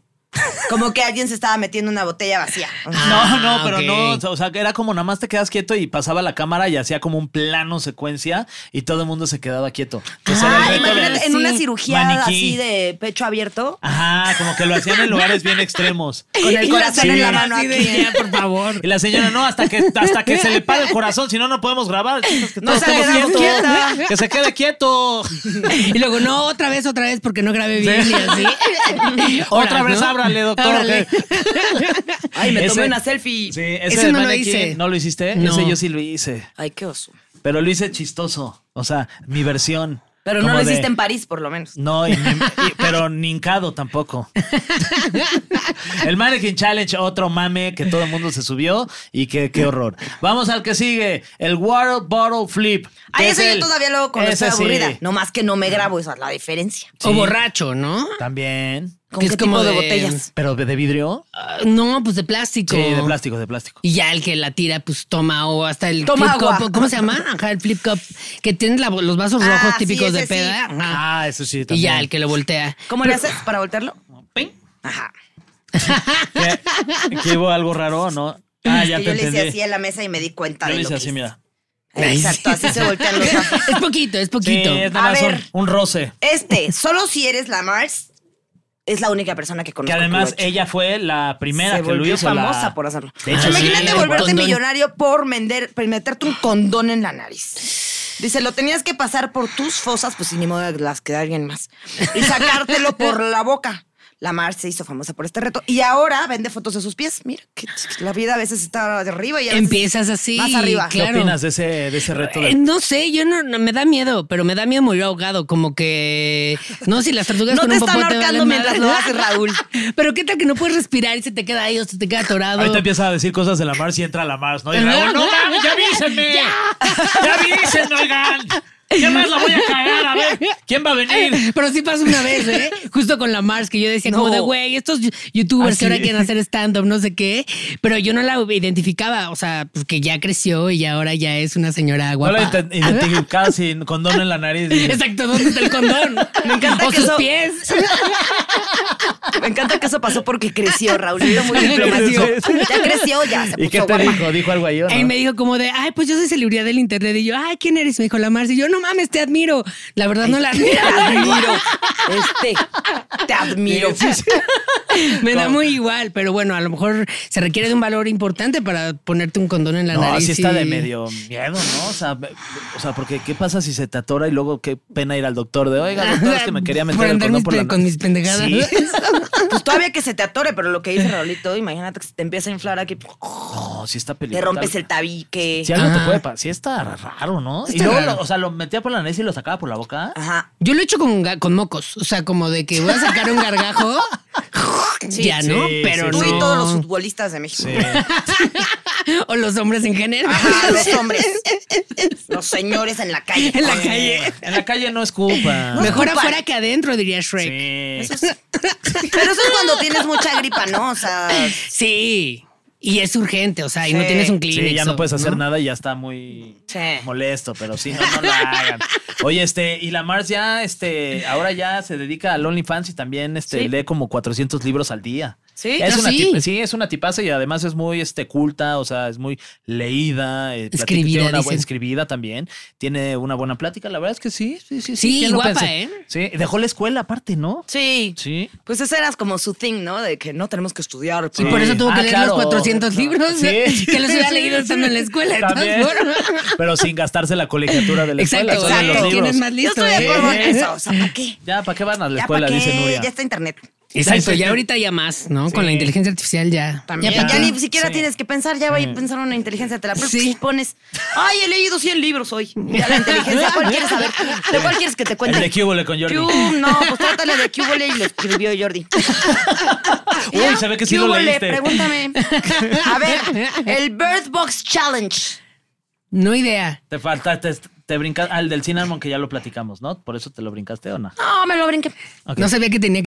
Speaker 4: Como que alguien se estaba metiendo una botella vacía.
Speaker 3: No,
Speaker 2: Ah,
Speaker 3: no, pero
Speaker 2: ok.
Speaker 3: no, o sea, que era como nada más te quedas quieto y pasaba la cámara y hacía como un plano secuencia y todo el mundo se quedaba quieto. Entonces era el
Speaker 4: Ah,
Speaker 3: reto de-
Speaker 4: imagínate, en una
Speaker 2: sí.
Speaker 4: cirugía
Speaker 3: Maniquí.
Speaker 4: así de pecho abierto.
Speaker 3: Ajá, como que lo hacían en lugares bien extremos.
Speaker 4: Con el
Speaker 2: Y
Speaker 4: corazón en la
Speaker 2: señora
Speaker 4: mano
Speaker 2: así de,
Speaker 4: aquí.
Speaker 2: "Ya, por favor.
Speaker 3: Y la señora, no, hasta que, hasta que se le pare el corazón, si no, no podemos grabar. Chicos, que
Speaker 4: No
Speaker 3: todos
Speaker 4: se ha
Speaker 3: estemos
Speaker 4: quedado
Speaker 3: quietos.
Speaker 4: quieta.
Speaker 3: Que se quede quieto.
Speaker 2: Y luego, no, otra vez, otra vez, porque no grabé bien y así.
Speaker 3: Ah. Otra vez
Speaker 2: ¿no?
Speaker 3: ábrale, doctor.
Speaker 2: Ábrale.
Speaker 4: Ay, me tomé
Speaker 3: Ese-
Speaker 4: una selfie.
Speaker 3: Sí, ese
Speaker 2: Ese
Speaker 3: del
Speaker 2: no lo
Speaker 3: mannequin,
Speaker 2: hice.
Speaker 3: ¿No lo hiciste?
Speaker 2: No.
Speaker 3: Ese yo sí lo hice.
Speaker 4: Ay, qué oso.
Speaker 3: Pero lo hice chistoso. O sea, mi versión.
Speaker 4: Pero no
Speaker 3: como
Speaker 4: lo
Speaker 3: de-
Speaker 4: hiciste en París, por lo menos.
Speaker 3: No, y ni- y- pero nincado tampoco. El Mannequin Challenge, otro mame que todo el mundo se subió y que qué horror. Vamos al que sigue, el Water Bottle Flip.
Speaker 4: Ay,
Speaker 3: que
Speaker 4: eso
Speaker 3: es
Speaker 4: yo
Speaker 3: el-
Speaker 4: todavía lo hago cuando
Speaker 3: ese
Speaker 4: estoy
Speaker 3: sí,
Speaker 4: aburrida. No más que no me grabo, esa es la diferencia.
Speaker 2: O borracho, ¿no?
Speaker 3: También.
Speaker 4: ¿Con
Speaker 2: Que
Speaker 4: qué
Speaker 2: es como
Speaker 4: tipo de,
Speaker 2: de-
Speaker 4: botellas?
Speaker 3: ¿Pero de, de vidrio?
Speaker 2: Ah, no, pues de plástico.
Speaker 3: Sí, de plástico, de plástico.
Speaker 2: Y ya el que la tira, pues toma o hasta el
Speaker 4: Toma
Speaker 2: flip
Speaker 4: agua.
Speaker 2: cup. ¿Cómo se llama? Ajá, el flip cup. Que tiene la- los vasos
Speaker 4: Ah,
Speaker 2: rojos
Speaker 4: sí,
Speaker 2: típicos de
Speaker 4: ese sí.
Speaker 2: peda. Ajá.
Speaker 3: Ah, eso sí,
Speaker 2: y
Speaker 3: también.
Speaker 2: ya el que lo voltea.
Speaker 4: ¿Cómo le haces para voltearlo? Ajá.
Speaker 3: ¿Qué, qué hubo algo raro o no? Ah, ya
Speaker 4: que
Speaker 3: te
Speaker 4: yo le hice
Speaker 3: entendí.
Speaker 4: así en la mesa y me di cuenta
Speaker 3: Yo
Speaker 4: de
Speaker 3: le hice
Speaker 4: lo que
Speaker 3: así,
Speaker 4: hice.
Speaker 3: mira.
Speaker 4: Exacto, así se voltean los ojos.
Speaker 2: es poquito, es
Speaker 3: Sí,
Speaker 2: poquito.
Speaker 3: es nada
Speaker 4: A
Speaker 3: más
Speaker 4: ver.
Speaker 3: un, un roce.
Speaker 4: Este, solo si eres la Mars, es la única persona que
Speaker 3: Que
Speaker 4: conozco.
Speaker 3: además
Speaker 4: que lo ha hecho.
Speaker 3: ella fue la primera que
Speaker 4: se
Speaker 3: lo
Speaker 4: volvió
Speaker 3: hizo. la-
Speaker 4: famosa por hacerlo.
Speaker 3: De hecho,
Speaker 4: Imagínate
Speaker 3: sí.
Speaker 4: volverte
Speaker 2: Condón.
Speaker 4: millonario por, vender, por meterte un condón en la nariz. Dice, lo tenías que pasar por tus fosas, pues y ni modo de las que alguien más. Y sacártelo por la boca. La Mars se hizo famosa por este reto y ahora vende fotos de sus pies. Mira, que la vida a veces está de arriba y a veces
Speaker 2: Empiezas así,
Speaker 4: Más arriba.
Speaker 3: ¿Qué
Speaker 2: Claro.
Speaker 3: opinas de ese, de ese reto?
Speaker 2: Eh,
Speaker 3: de-
Speaker 2: No sé, yo no, no- me da miedo, pero me da miedo morir ahogado, como que no si las tortugas
Speaker 4: No
Speaker 2: con
Speaker 4: te
Speaker 2: un
Speaker 4: están
Speaker 2: popote valen
Speaker 4: ahorcando mientras
Speaker 2: madre.
Speaker 4: lo haces, Raúl.
Speaker 2: pero qué tal que no puedes respirar y se te queda ahí o se te queda atorado.
Speaker 3: Ahorita empieza a decir cosas de la Mars y entra la Mars, ¿no? Y Raúl, no mames, ya avísenme. Ya, avísenme, oigan. ¿Qué más la voy a cagar? A ver, ¿quién va a venir?
Speaker 2: Pero sí pasó una vez, ¿eh? Justo con la Mars, que yo decía como
Speaker 4: No. ¿Ah,
Speaker 2: de, güey, estos yo- youtubers que
Speaker 3: Así.
Speaker 2: ahora quieren hacer stand-up, no sé qué. Pero yo no la identificaba, o sea, pues que ya creció y ahora ya es una señora
Speaker 3: No
Speaker 2: guapa.
Speaker 3: la ident- identificaba sin condón en la nariz. y-
Speaker 2: Exacto, ¿dónde está el condón?
Speaker 4: Me encanta
Speaker 2: o
Speaker 4: que
Speaker 2: sus
Speaker 4: eso-
Speaker 2: pies.
Speaker 4: Me encanta que eso pasó porque creció, Raúl. Era muy
Speaker 3: Sí, sí,
Speaker 4: diplomático.
Speaker 3: sí, sí.
Speaker 4: Ya creció, ya se
Speaker 3: ¿Y qué
Speaker 4: puso
Speaker 3: te
Speaker 4: guapa.
Speaker 3: dijo? ¿Dijo algo ahí o no?
Speaker 2: Y me dijo como de, ay, pues yo soy celebridad del internet. Y yo, ay, ¿quién eres? Me dijo la Marcia. Y yo, no mames, te admiro. La verdad no la admiro.
Speaker 4: Te admiro. Este, te admiro.
Speaker 2: Me da muy igual, pero bueno, a lo mejor se requiere de un valor importante para ponerte un condón en la
Speaker 3: No,
Speaker 2: nariz.
Speaker 3: sí está
Speaker 2: y-
Speaker 3: de medio miedo, ¿no? O sea, be- o sea, porque ¿qué pasa si se te atora y luego qué pena ir al doctor de, oiga, doctor, es que me quería meter
Speaker 2: Por
Speaker 3: el
Speaker 2: andar
Speaker 3: condón
Speaker 2: mis
Speaker 3: por
Speaker 2: pe-
Speaker 3: la
Speaker 2: este, con mis pendejadas.
Speaker 3: Sí.
Speaker 4: Pues todavía que se te atore, pero lo que dice Raulito, imagínate que se te empieza a inflar aquí,
Speaker 3: No, Oh, sí está
Speaker 4: te
Speaker 3: peligroso.
Speaker 4: rompes el tabique.
Speaker 3: Si algo te
Speaker 2: Ajá.
Speaker 3: puede pasar, sí está raro, ¿no?
Speaker 2: Ah. Está
Speaker 3: y luego,
Speaker 2: raro.
Speaker 3: lo- o sea, lo metía por la nariz y lo sacaba por la boca.
Speaker 4: Ajá.
Speaker 2: Yo lo he hecho con, ga- con mocos. O sea, como de que voy a sacar un gargajo. ya, ¿no?
Speaker 3: Sí,
Speaker 2: pero
Speaker 3: sí,
Speaker 4: Tú
Speaker 2: no.
Speaker 4: y todos los futbolistas de México.
Speaker 2: O los hombres en general.
Speaker 4: Ajá, los hombres. Los señores en la calle.
Speaker 2: En la calle.
Speaker 3: En la calle no es culpa.
Speaker 2: Mejor
Speaker 4: ocupan.
Speaker 2: afuera que adentro, diría Shrek.
Speaker 3: Sí.
Speaker 4: Pero eso es cuando tienes mucha gripa, ¿no? O sea,
Speaker 2: Sí. Y es urgente, o sea, y no
Speaker 4: Sí.
Speaker 2: tienes un
Speaker 3: Sí,
Speaker 2: clínico.
Speaker 3: ya no puedes hacer nada y ya está muy
Speaker 4: Sí.
Speaker 3: molesto, pero sí, no, no la hagan. Oye, este, y la Mars ya, este, ahora ya se dedica al OnlyFans y también este, lee como 400 libros al día.
Speaker 4: Sí.
Speaker 3: es
Speaker 2: Ah,
Speaker 3: una
Speaker 2: sí.
Speaker 3: tip- sí, es una tipaza y además es muy este, culta, o sea, es muy leída. eh, platica-
Speaker 2: Escribida,
Speaker 3: tiene una buena
Speaker 2: dicen.
Speaker 3: escribida también. Tiene una buena plática, la verdad es que sí, sí, sí.
Speaker 2: Sí,
Speaker 3: ¿quién lo
Speaker 2: guapa,
Speaker 3: pensé?
Speaker 2: ¿eh?
Speaker 3: Sí, dejó la escuela aparte, ¿no?
Speaker 4: sí.
Speaker 3: Sí.
Speaker 4: Pues ese era como su thing, ¿no? De que no tenemos que estudiar.
Speaker 2: Y
Speaker 4: pero-
Speaker 2: por eso tuvo que
Speaker 3: Ah,
Speaker 2: leer
Speaker 3: claro.
Speaker 2: los 400
Speaker 3: Claro.
Speaker 2: libros
Speaker 3: Sí.
Speaker 2: que los hubiera
Speaker 3: Sí,
Speaker 2: leído
Speaker 3: sí,
Speaker 2: estando
Speaker 3: sí.
Speaker 2: en la escuela. de
Speaker 3: También.
Speaker 2: todas formas.
Speaker 3: Pero sin gastarse la colegiatura de la
Speaker 2: Exacto,
Speaker 3: escuela. solo los
Speaker 2: exacto. ¿Quién
Speaker 3: libros.
Speaker 2: es más
Speaker 4: Yo
Speaker 2: listo?
Speaker 4: estoy de
Speaker 2: eh?
Speaker 4: acuerdo en eso. O sea, ¿para qué?
Speaker 3: Ya, ¿para qué van a la
Speaker 4: Ya,
Speaker 3: escuela?
Speaker 4: ¿para
Speaker 3: Dice
Speaker 4: qué?
Speaker 3: Nuria.
Speaker 4: Ya está internet.
Speaker 2: Exacto, ya ahorita ya más, ¿no? Con la inteligencia artificial ya.
Speaker 4: También.
Speaker 2: Ya,
Speaker 4: Ya,
Speaker 2: ¿para qué?
Speaker 4: ni siquiera tienes que pensar, ya va a pensar una inteligencia, te la
Speaker 2: Sí.
Speaker 4: pones. Ay, he leído 100 libros hoy. Ya la inteligencia, ¿cuál quieres saber? ¿De cuál quieres que te cuente?
Speaker 3: El de qué hubo con Jordi.
Speaker 4: Q, no, pues trátale de Cubole y lo escribió Jordi.
Speaker 3: Uy, se ve que sí lo
Speaker 4: Cúbole,
Speaker 3: leíste.
Speaker 4: pregúntame. A ver, el Bird Box Challenge.
Speaker 2: No idea.
Speaker 3: Te falta, te, te brincas al del Cinnamon que ya lo platicamos, ¿no? Por eso te lo brincaste o no.
Speaker 4: No, me lo brinqué.
Speaker 3: Ok.
Speaker 2: No sabía que tenía que.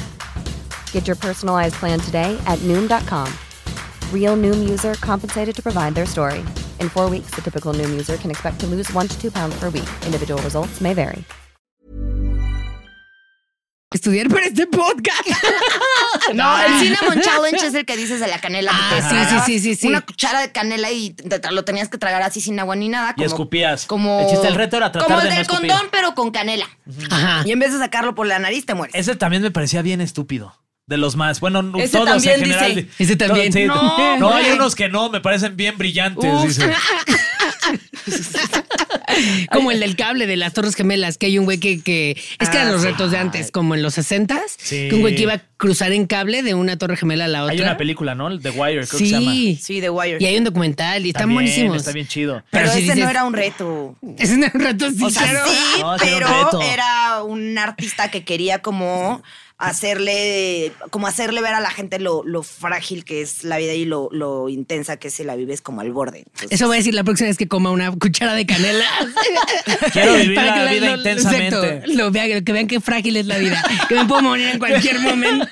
Speaker 5: Get your personalized plan today at Noom.com. Real Noom user compensated to provide their story. In four weeks, the typical Noom user can expect to lose one to two pounds per week. Individual results may vary.
Speaker 2: estudiar para este podcast.
Speaker 4: No, el Cinnamon Challenge es el que dices de la canela. que te
Speaker 2: Ah, sí,
Speaker 4: tragabas
Speaker 2: sí, sí, sí, sí.
Speaker 4: Una cuchara de canela y te- te- lo tenías que tragar así sin agua ni nada. Como,
Speaker 3: escupías.
Speaker 4: Como,
Speaker 3: El chiste del reto era tratar
Speaker 4: Como el
Speaker 3: de no
Speaker 4: del
Speaker 3: escupir.
Speaker 4: condón, pero con canela.
Speaker 2: Ajá.
Speaker 4: Y en vez de sacarlo por la nariz, te mueres.
Speaker 3: Ese también me parecía bien estúpido. De los más. Bueno, no-
Speaker 4: Ese
Speaker 3: todos
Speaker 4: también
Speaker 3: en general.
Speaker 4: dice.
Speaker 2: Ese
Speaker 3: To-
Speaker 2: también.
Speaker 3: sí.
Speaker 2: No,
Speaker 3: No,
Speaker 2: güey.
Speaker 3: hay unos que no, me parecen bien brillantes.
Speaker 2: Uf.
Speaker 3: dice.
Speaker 2: Como el del cable de las Torres Gemelas, que hay un güey que, que es que
Speaker 4: Ah,
Speaker 2: eran los retos de antes, como en los 60s,
Speaker 3: Sí.
Speaker 2: que un güey que iba a cruzar en cable de una Torre Gemela a la otra.
Speaker 3: Hay una película, ¿no? The Wire, creo que se llama.
Speaker 2: Sí.
Speaker 4: Sí, The Wire.
Speaker 2: Y hay un documental y están
Speaker 3: bien,
Speaker 2: buenísimos.
Speaker 3: Está bien chido.
Speaker 4: pero
Speaker 2: pero si
Speaker 4: ese
Speaker 2: dices-
Speaker 4: no era un reto.
Speaker 2: Es un reto sí,
Speaker 4: O sea,
Speaker 2: claro.
Speaker 4: sí,
Speaker 3: No, sí era un
Speaker 4: pero
Speaker 3: reto.
Speaker 4: era un artista que quería como hacerle, como hacerle ver a la gente lo, lo frágil que es la vida y lo, lo intensa que es si la vives como al borde. Entonces,
Speaker 2: Eso voy a decir la próxima vez que coma una cuchara de canela.
Speaker 3: Quiero vivir
Speaker 2: Para
Speaker 3: la
Speaker 2: que
Speaker 3: vida
Speaker 2: lo-
Speaker 3: intensamente.
Speaker 2: exacto, lo vean, que vean qué frágil es la vida. Que me puedo morir en cualquier momento.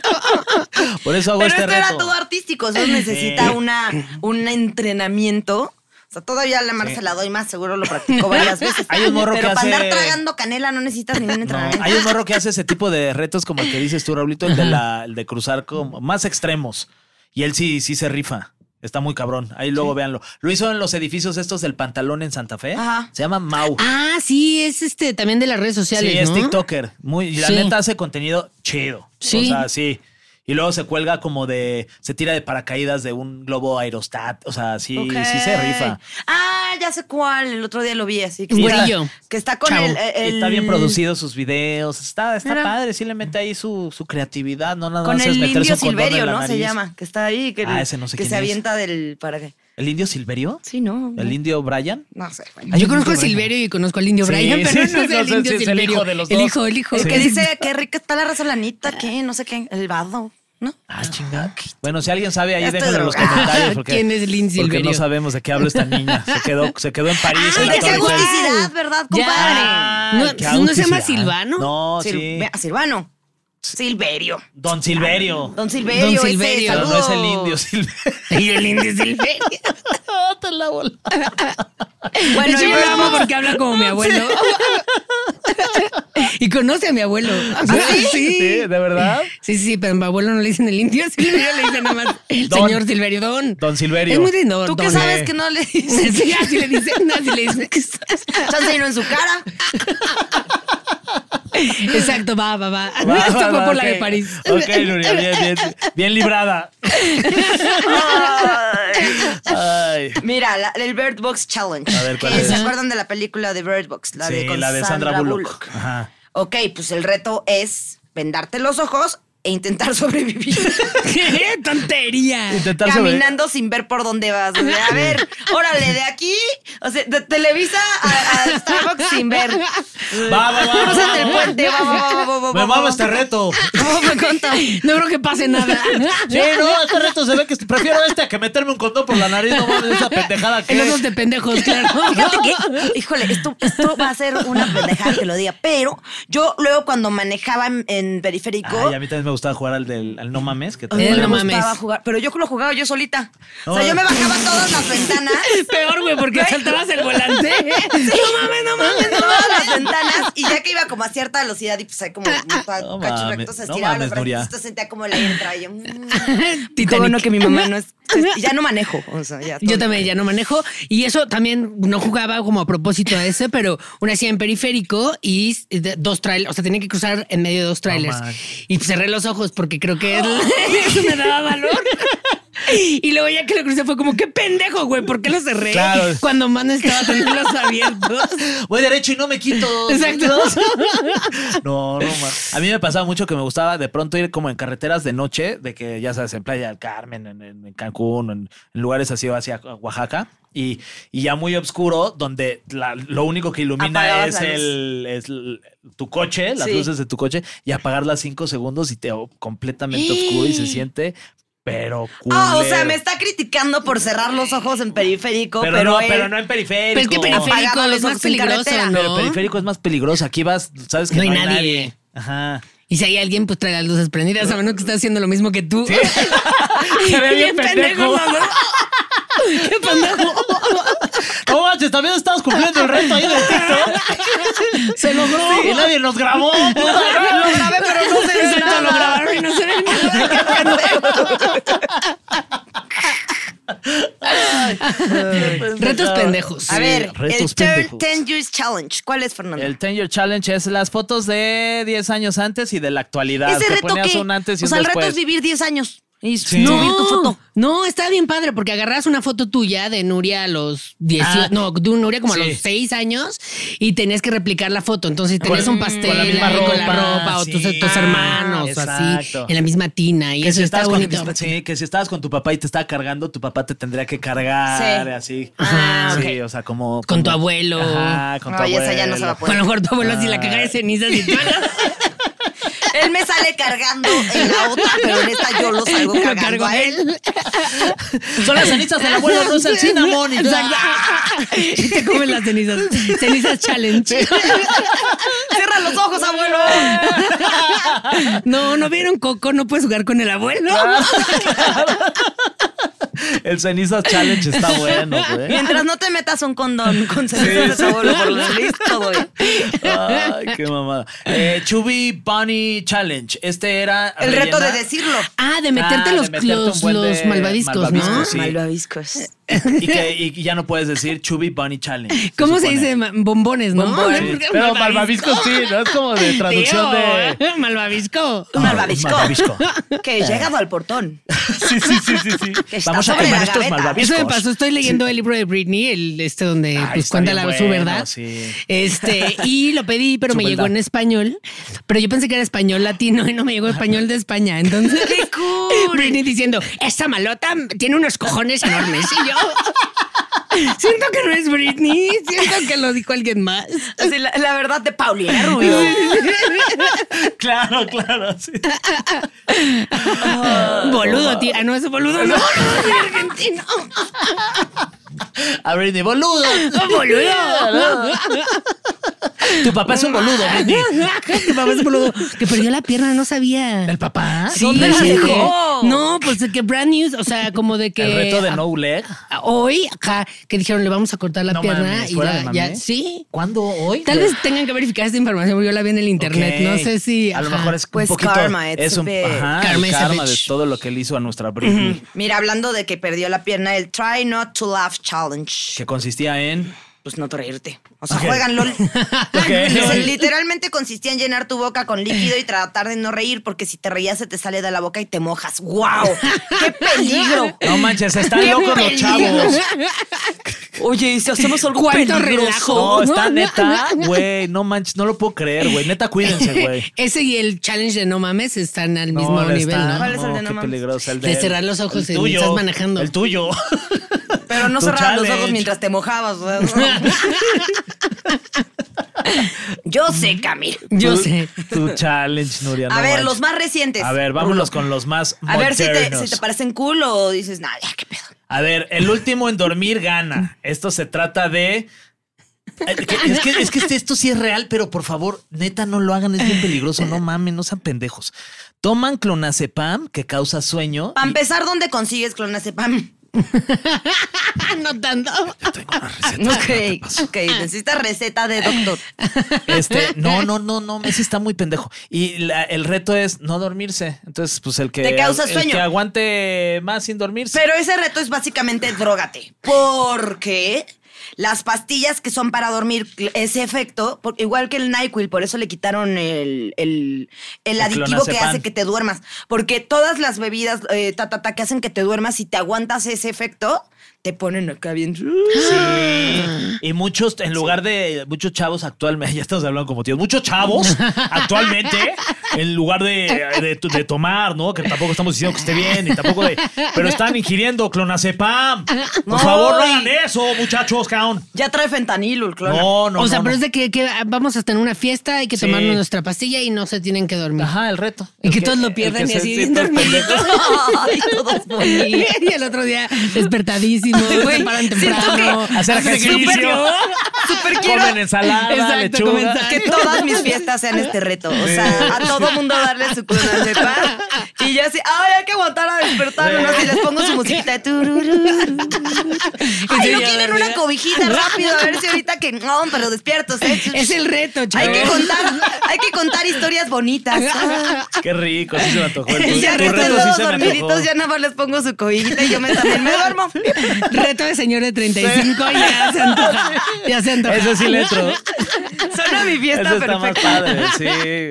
Speaker 3: Por eso hago
Speaker 4: Pero
Speaker 3: este
Speaker 4: esto
Speaker 3: reto.
Speaker 4: era todo artístico, eso necesita una, un entrenamiento. O sea, todavía la Mar se la doy más, seguro lo practicó varias veces.
Speaker 3: Hay un morro
Speaker 4: Pero
Speaker 3: que
Speaker 4: para andar
Speaker 3: hace-
Speaker 4: tragando canela no necesitas ningún
Speaker 3: No,
Speaker 4: entrenamiento.
Speaker 3: hay un morro que hace ese tipo de retos como el que dices tú, Raulito, el de, la, el de cruzar como más extremos. Y él sí, sí se rifa. Está muy cabrón. Ahí luego véanlo. Lo hizo en los edificios estos del pantalón en Santa Fe.
Speaker 4: Ajá.
Speaker 3: Se llama Mau.
Speaker 2: Ah, sí, es este también de las redes sociales.
Speaker 3: Sí, es
Speaker 2: ¿no?
Speaker 3: TikToker. Muy, y la
Speaker 2: Sí.
Speaker 3: neta hace contenido chido.
Speaker 2: Sí.
Speaker 3: O sea, sí. Y luego se cuelga como de. Se tira de paracaídas de un globo aerostat. O sea, sí,
Speaker 4: Ok.
Speaker 3: sí se rifa.
Speaker 4: Ah, ya sé cuál. El otro día lo vi así.
Speaker 2: Un
Speaker 4: está-
Speaker 2: güerillo.
Speaker 4: Que está con
Speaker 2: Chavo.
Speaker 4: el, eh, el-
Speaker 3: Está bien producido sus videos. Está, está
Speaker 4: Mira.
Speaker 3: padre. Sí le mete ahí su, su creatividad. No nada
Speaker 4: Con
Speaker 3: más es
Speaker 4: el
Speaker 3: meterse
Speaker 4: indio
Speaker 3: un condón en
Speaker 4: Silverio,
Speaker 3: la
Speaker 4: ¿no? Se
Speaker 3: nariz.
Speaker 4: llama. Que está ahí. Que,
Speaker 3: Ah, ese no sé
Speaker 4: que
Speaker 3: quién
Speaker 4: se
Speaker 3: es.
Speaker 4: avienta del. ¿Para qué?
Speaker 3: ¿El indio Silverio?
Speaker 4: Sí, no.
Speaker 3: ¿El indio Brian?
Speaker 4: No sé. Bueno.
Speaker 2: Ah, Yo conozco a Silverio y conozco al indio
Speaker 3: Sí,
Speaker 2: Brian, pero
Speaker 3: sí,
Speaker 2: no sé
Speaker 3: no
Speaker 2: al
Speaker 3: sé
Speaker 2: indio
Speaker 3: si es el
Speaker 2: Silverio.
Speaker 3: hijo de los
Speaker 2: El
Speaker 3: dos.
Speaker 2: hijo, el hijo.
Speaker 3: Sí.
Speaker 4: Que dice que rica está la resolanita, que no sé qué. El vado, ¿no?
Speaker 3: Ah, chinga. Bueno, si alguien sabe, ahí
Speaker 4: Ya estoy
Speaker 3: déjenlo en los
Speaker 4: drogada.
Speaker 3: comentarios. Porque,
Speaker 2: ¿Quién es Lin
Speaker 3: Porque
Speaker 2: Silverio?
Speaker 3: no sabemos de qué habla esta niña. Se quedó, se quedó en París. en
Speaker 4: Ay,
Speaker 3: la Torre
Speaker 4: que sea
Speaker 3: Eiffel.
Speaker 4: agusticidad, ¿verdad, compadre?
Speaker 2: No,
Speaker 3: Ay, qué
Speaker 2: ¿no se llama
Speaker 3: auticidad.
Speaker 2: Silvano?
Speaker 3: No,
Speaker 4: Sil-
Speaker 3: sí.
Speaker 4: vea, Silvano. Silverio.
Speaker 3: Don Silverio.
Speaker 4: Don Silverio. ese,
Speaker 2: Silverio.
Speaker 3: Pero no es el
Speaker 4: saludos.
Speaker 3: indio Silverio.
Speaker 2: Y el indio Silverio. Oh,
Speaker 3: Te la bola.
Speaker 2: Bueno,
Speaker 4: Bueno,
Speaker 2: yo lo
Speaker 4: vamos.
Speaker 2: amo porque habla como mi abuelo. y conoce a mi abuelo. ¿Ah, Sí,
Speaker 3: ¿De verdad?
Speaker 2: Sí, sí, pero a mi abuelo no le dicen el indio Silverio, le dicen nada más el
Speaker 3: Don.
Speaker 2: señor Silverio Don.
Speaker 3: Don Silverio.
Speaker 2: Es muy lindo.
Speaker 4: ¿Tú qué
Speaker 2: don. eh.
Speaker 4: sabes que no le dices?
Speaker 2: Sí, así le dicen, así le dicen.
Speaker 4: Chance y no en su cara.
Speaker 2: Exacto, va, va, va.
Speaker 3: Va,
Speaker 2: Esto
Speaker 3: va,
Speaker 2: fue
Speaker 3: va,
Speaker 2: por la
Speaker 3: ok.
Speaker 2: de París.
Speaker 3: Ok, Nuria, bien, bien, bien librada. Ay.
Speaker 4: Mira, la- el Bird Box Challenge.
Speaker 3: A ver, ¿cuál
Speaker 4: Que
Speaker 3: es?
Speaker 4: ¿Se acuerdan de la película de Bird Box? La
Speaker 3: Sí,
Speaker 4: de, con
Speaker 3: la de Sandra Bullock. Ajá.
Speaker 4: Ok, pues el reto es vendarte los ojos e intentar sobrevivir.
Speaker 2: ¡Qué tontería!
Speaker 3: Intentar sobre-
Speaker 4: Caminando sin ver por dónde vas. O sea, a ver, órale, de aquí, o sea, de Televisa a, a Starbucks sin ver.
Speaker 3: Va, va, va.
Speaker 4: Cruzas el puente, va, va, va, va, va, va,
Speaker 3: Me
Speaker 4: va,
Speaker 3: mamo
Speaker 4: va.
Speaker 3: este reto.
Speaker 2: No me conta. No creo que pase nada.
Speaker 3: Sí, no, este reto se ve que prefiero este a que meterme un condón por la nariz. No mames, esa pendejada que
Speaker 2: En los dos de pendejos, claro.
Speaker 4: Fíjate que, híjole, esto, esto va a ser una pendejada que lo diga, pero yo luego cuando manejaba en, en periférico,
Speaker 3: Ay, a mí también me gustaba jugar al del al no mames. Que
Speaker 4: A mí
Speaker 2: Eh,
Speaker 4: me
Speaker 2: no mames.
Speaker 4: gustaba jugar, pero yo lo jugaba yo solita. O
Speaker 3: No.
Speaker 4: sea, yo me bajaba todas las ventanas.
Speaker 2: Peor, güey, porque saltabas el volante. No mames, no mames, no
Speaker 4: Todas las ventanas y ya que iba como a cierta velocidad y pues ahí como
Speaker 3: No
Speaker 4: no, cachos
Speaker 3: mames,
Speaker 4: rectos se
Speaker 3: no
Speaker 4: estiraba
Speaker 3: mames,
Speaker 4: los
Speaker 3: Nuria.
Speaker 4: brazos, se sentía como el aire entraba y yo. mm.
Speaker 2: Titanic.
Speaker 4: Qué bueno que mi mamá no es y ya no manejo, o sea, ya todo.
Speaker 2: Yo también ya no manejo y eso también no jugaba como a propósito a ese, pero una hacía en periférico y s- de- dos trailers, o sea, tenía que cruzar en medio de dos trailers.
Speaker 3: manches.
Speaker 2: y cerré los ojos porque creo que eso me daba valor. Y luego ya que lo crucé fue como, qué pendejo, güey, ¿por qué lo cerré?
Speaker 3: Claro.
Speaker 2: Cuando más no estaba tenerlos abiertos.
Speaker 3: Voy derecho y no me quito.
Speaker 2: Exacto.
Speaker 3: No, no, man. A mí me pasaba mucho que me gustaba de pronto ir como en carreteras de noche, de que ya sabes, en Playa del Carmen, en, en- en Cancún, en, en lugares así hacia Oaxaca. Y, y ya muy oscuro, donde la- lo único que ilumina
Speaker 4: Apagabas
Speaker 3: es,
Speaker 4: la luz.
Speaker 3: el, es l- tu coche, las
Speaker 4: Sí.
Speaker 3: luces de tu coche, y apagarlas cinco segundos y te oh, completamente oscuro y se siente, pero
Speaker 4: Ah, o sea,
Speaker 3: culero.
Speaker 4: me está criticando por cerrar los ojos en periférico,
Speaker 3: Pero,
Speaker 4: pero,
Speaker 3: no,
Speaker 4: él-
Speaker 3: pero no en periférico.
Speaker 2: Pero es que periférico
Speaker 4: Apagaba
Speaker 2: es
Speaker 4: los
Speaker 2: más
Speaker 4: ojos en
Speaker 2: peligroso,
Speaker 4: carretera.
Speaker 3: Ah, Pero
Speaker 2: ¿no?
Speaker 3: periférico es más peligroso. Aquí vas, sabes que no, hay nadie. Ajá.
Speaker 2: Y si hay alguien, pues trae las luces prendidas, sabiendo que está haciendo lo mismo que tú.
Speaker 3: Se ve bien pendejo.
Speaker 2: mamá. Qué pendejo.
Speaker 3: No manches, también estabas cumpliendo el reto ahí del TikTok.
Speaker 2: Soy
Speaker 3: logró. Y nadie nos grabó.
Speaker 4: Lo grabé, pero no se ve
Speaker 2: Exacto, lo
Speaker 4: nada.
Speaker 2: grabaron y no se ve nada. Retos pendejos.
Speaker 4: A ver,
Speaker 3: retos
Speaker 4: el Turn
Speaker 3: pendejos.
Speaker 4: 10 Years Challenge. ¿Cuál es, Fernando?
Speaker 3: El 10 Year Challenge es las fotos de 10 años antes y de la actualidad.
Speaker 4: Ese
Speaker 3: Te
Speaker 4: reto
Speaker 3: ponías
Speaker 4: que.
Speaker 3: un antes y
Speaker 4: o
Speaker 3: un
Speaker 4: sea, el reto
Speaker 3: después.
Speaker 4: es vivir 10 años. Y
Speaker 3: Sí.
Speaker 4: subir tu foto.
Speaker 2: No, está bien padre porque agarras una foto tuya de Nuria a los 18,
Speaker 3: Ah.
Speaker 2: no, de un Nuria como a
Speaker 3: Sí.
Speaker 2: los 6 años y tenías que replicar la foto. Entonces tenías
Speaker 3: Con-
Speaker 2: un pastel
Speaker 3: con la
Speaker 2: ahí
Speaker 3: misma
Speaker 2: con la,
Speaker 3: ropa,
Speaker 2: ropa o tus,
Speaker 3: sí. Ah,
Speaker 2: tus hermanos o así
Speaker 3: Exacto.
Speaker 2: en la misma tina y
Speaker 3: Que
Speaker 2: eso
Speaker 3: si,
Speaker 2: está
Speaker 3: estabas con,
Speaker 2: bonito.
Speaker 3: sí, que si estabas con tu papá y te estaba cargando, tu papá te tendría que cargar,
Speaker 4: Sí.
Speaker 3: así.
Speaker 4: Ah,
Speaker 3: sí,
Speaker 4: ok.
Speaker 3: o sea, como.
Speaker 2: Con
Speaker 3: como-
Speaker 2: tu abuelo.
Speaker 3: Ajá, Ah. con tu
Speaker 4: Ay,
Speaker 3: abuelo.
Speaker 4: esa ya no se va a
Speaker 2: Con
Speaker 4: poder.
Speaker 2: lo mejor tu abuelo así la caja de cenizas y tú.
Speaker 4: Él me sale cargando en la otra, pero en esta yo lo salgo
Speaker 2: Lo
Speaker 4: cargando
Speaker 2: cargo
Speaker 4: a él.
Speaker 3: Son las cenizas del abuelo, no es el cinnamon. Y yo,
Speaker 2: Exacto. Y te comes las cenizas. Cenizas challenge.
Speaker 4: Cierra los ojos, abuelo.
Speaker 2: No, no vieron Coco, no puedes jugar con el abuelo.
Speaker 3: El cenizas challenge está bueno, güey.
Speaker 4: Mientras no te metas un condón con cenizas de tu abuelo por los feliz, todo bien.
Speaker 3: Ay, qué mamada. Eh, Chubby Bunny Challenge. Este era.
Speaker 4: El reto de
Speaker 3: rellenar-
Speaker 4: decirlo.
Speaker 2: Ah, de meterte
Speaker 3: Ah, de
Speaker 2: los,
Speaker 3: meterte un
Speaker 2: los,
Speaker 3: buen de
Speaker 2: los malvaviscos, ¿no?
Speaker 3: malvaviscos,
Speaker 4: Pues
Speaker 3: Sí.
Speaker 4: Malvaviscos.
Speaker 3: Y, que, y ya no puedes decir Chubby Bunny Challenge.
Speaker 2: ¿Cómo se,
Speaker 3: supone.
Speaker 2: dice? Ma- Bombones, ¿no?
Speaker 4: Bombones.
Speaker 3: Sí, Pero malvavisco sí, ¿no? Es como de traducción de.
Speaker 2: Tío, Malvavisco.
Speaker 4: Malvavisco.
Speaker 3: Malvavisco.
Speaker 4: Que he llegado al portón.
Speaker 3: Sí, sí, sí, sí, sí.
Speaker 4: Que está
Speaker 3: Vamos a
Speaker 4: sobre
Speaker 3: comer
Speaker 4: la
Speaker 3: estos
Speaker 4: gaveta.
Speaker 3: malvaviscos.
Speaker 2: Eso me pasó, estoy leyendo el libro de Britney, el este donde
Speaker 3: Ay,
Speaker 2: pues
Speaker 3: Ah, está
Speaker 2: cuenta la,
Speaker 3: bien
Speaker 2: su
Speaker 3: bueno,
Speaker 2: verdad.
Speaker 3: sí.
Speaker 2: Este, y lo pedí, pero
Speaker 3: Su
Speaker 2: me llegó
Speaker 3: verdad.
Speaker 2: en español, pero yo pensé que era español latino y no me llegó español de España. Entonces,
Speaker 4: ¡Qué cool!
Speaker 2: Britney diciendo, "Esta malota tiene unos cojones enormes." Y yo Siento que no es Britney, siento que lo dijo alguien más.
Speaker 4: Así, la, la verdad de Paulina Rubio.
Speaker 3: Claro, claro. Sí.
Speaker 2: Boludo, tía. Ah, No, es boludo, no. es argentino.
Speaker 3: A Britney, boludo.
Speaker 2: Boludo.
Speaker 3: Tu papá es un boludo, Britney.
Speaker 2: Que papá es boludo. Que perdió la pierna, no sabía.
Speaker 3: ¿El papá?
Speaker 2: Sí,
Speaker 4: ¿Dónde la
Speaker 2: sí,
Speaker 4: dejó?
Speaker 2: que- No, pues de que brand news, o sea, como de que.
Speaker 3: El reto de no leg.
Speaker 2: a- Hoy, acá, que dijeron le vamos a cortar la
Speaker 3: No
Speaker 2: pierna
Speaker 3: mames,
Speaker 2: y
Speaker 3: fuera
Speaker 2: ya,
Speaker 3: de mame.
Speaker 2: ya- Sí.
Speaker 3: ¿Cuándo? ¿Hoy?
Speaker 2: Tal vez tengan que verificar esta información, porque yo la vi en el internet.
Speaker 3: Ok.
Speaker 2: No sé si.
Speaker 3: A lo
Speaker 2: ajá.
Speaker 3: mejor es
Speaker 4: Pues
Speaker 3: un poquito.
Speaker 4: karma, it's
Speaker 3: es
Speaker 4: a
Speaker 3: un
Speaker 4: bit-
Speaker 3: ajá,
Speaker 2: Karma
Speaker 3: el
Speaker 2: is a
Speaker 3: karma de
Speaker 2: bitch.
Speaker 3: todo lo que le hizo a nuestra Britney.
Speaker 4: Mira, hablando de que perdió la pierna, el Try Not to Laugh Challenge.
Speaker 3: Que consistía en.
Speaker 4: Pues no te reírte. O sea,
Speaker 3: Ok.
Speaker 4: juegan LOL.
Speaker 3: Ok.
Speaker 4: Literalmente consistía en llenar tu boca con líquido y tratar de no reír, porque si te reías se te sale de la boca y te mojas. ¡Wow! ¡Qué peligro!
Speaker 3: No manches, están locos los chavos.
Speaker 4: Oye, ¿y si hacemos algo
Speaker 2: ¿Cuánto
Speaker 3: No,
Speaker 2: relajo?
Speaker 3: está neta, güey. No manches, no lo puedo creer, güey. Neta, cuídense, este güey.
Speaker 2: Ese y el challenge de no mames están al mismo
Speaker 3: no,
Speaker 2: nivel,
Speaker 3: está-
Speaker 2: ¿no?
Speaker 4: ¿Cuál es el de no
Speaker 3: qué
Speaker 4: mames?
Speaker 3: peligroso, el
Speaker 2: De cerrar los ojos
Speaker 3: el
Speaker 2: y estás manejando.
Speaker 3: El tuyo.
Speaker 4: Pero no
Speaker 3: Tu
Speaker 4: cerrabas los
Speaker 3: challenge.
Speaker 4: ojos mientras te mojabas. o sea, no. Yo sé, Camilo.
Speaker 2: Yo
Speaker 3: Tu-
Speaker 2: sé.
Speaker 3: Tu challenge, Nuria.
Speaker 4: A
Speaker 3: no
Speaker 4: ver,
Speaker 3: manches.
Speaker 4: los más recientes.
Speaker 3: A ver, vámonos con los más
Speaker 4: A ver si te,
Speaker 3: modernos.
Speaker 4: si te parecen cool o dices, nada, qué pedo.
Speaker 3: A ver, el último en dormir gana. Esto se trata de. Es que, es que este- esto sí es real, pero por favor, neta, no lo hagan, es bien peligroso. No mames, no sean pendejos. Toman clonazepam que causa sueño.
Speaker 4: Para empezar, ¿dónde consigues clonazepam?
Speaker 2: Ah, no tanto.
Speaker 4: Ok, ok, necesitas receta de doctor.
Speaker 3: Este, no, no, no, no, Messi está muy pendejo. Y la- el reto es no dormirse. Entonces, pues el que,
Speaker 4: Te causa
Speaker 3: el
Speaker 4: sueño.
Speaker 3: que aguante más sin dormirse.
Speaker 4: Pero ese reto es básicamente drógate. Porque las pastillas que son para dormir, ese efecto, por- igual que el NyQuil, por eso le quitaron el, el, el
Speaker 3: El
Speaker 4: aditivo que
Speaker 3: clonazepam.
Speaker 4: hace que te duermas. Porque todas las bebidas eh, ta, ta, ta, que hacen que te duermas, si te aguantas ese efecto, te ponen acá bien.
Speaker 3: Y muchos, en lugar de muchos chavos actualmente, ya estamos hablando como tíos, muchos chavos actualmente, en lugar de, de- de tomar, ¿no? Que tampoco estamos diciendo que esté bien, y tampoco de. Pero están ingiriendo clonazepam. Por
Speaker 4: No,
Speaker 3: favor, no
Speaker 4: y-
Speaker 3: hagan eso, muchachos, caón.
Speaker 4: Ya trae fentanilo el clona.
Speaker 3: No, no,
Speaker 2: o sea,
Speaker 3: no,
Speaker 2: pero
Speaker 3: no.
Speaker 2: es de que, que vamos hasta en una fiesta, hay que
Speaker 3: Sí.
Speaker 2: tomarnos nuestra pastilla y no se tienen que dormir.
Speaker 3: Ajá, el reto.
Speaker 2: Y
Speaker 3: El
Speaker 2: que todos
Speaker 3: el
Speaker 2: lo
Speaker 3: que
Speaker 2: pierden y
Speaker 3: se-
Speaker 2: así
Speaker 3: sí,
Speaker 2: bien
Speaker 3: todos
Speaker 2: dormiditos.
Speaker 3: pendejos.
Speaker 4: Ay, todos bonitos.
Speaker 2: Y el otro día despertadísimo, se paran
Speaker 4: siento
Speaker 2: temprano.
Speaker 3: Hacer
Speaker 2: hacen
Speaker 3: ejercicio.
Speaker 2: ejercicio.
Speaker 4: Súper quiero
Speaker 3: Comen ensalada,
Speaker 2: Exacto, comen
Speaker 3: lechuga.
Speaker 2: ensalada.
Speaker 4: que todas mis fiestas sean este reto. O sea, a todo mundo darle su cuna de pan. Y yo así, ay, hay que aguantar a despertarme. ¿no? Si les pongo su musiquita. tururú. Ay, no quieren una cobijita rápido. A ver si ahorita que no, pero despiertos. ¿eh?
Speaker 2: Es el reto,
Speaker 4: Hay
Speaker 2: chaval.
Speaker 4: que contar, hay que contar historias bonitas. Ah,
Speaker 3: Qué rico, sí se me antojó. El tu,
Speaker 4: Ya
Speaker 3: tu
Speaker 4: reto
Speaker 3: reto
Speaker 4: de
Speaker 3: sí
Speaker 4: los
Speaker 3: se me antojó.
Speaker 4: dormiditos, ya nada más les pongo su cobijita y yo me también me duermo.
Speaker 2: Reto de señor de 35 ya se antoja. Ya se antoja.
Speaker 3: Eso sí le entro.
Speaker 4: Suena mi fiesta
Speaker 3: Eso está más
Speaker 4: perfecta.
Speaker 3: padre, sí.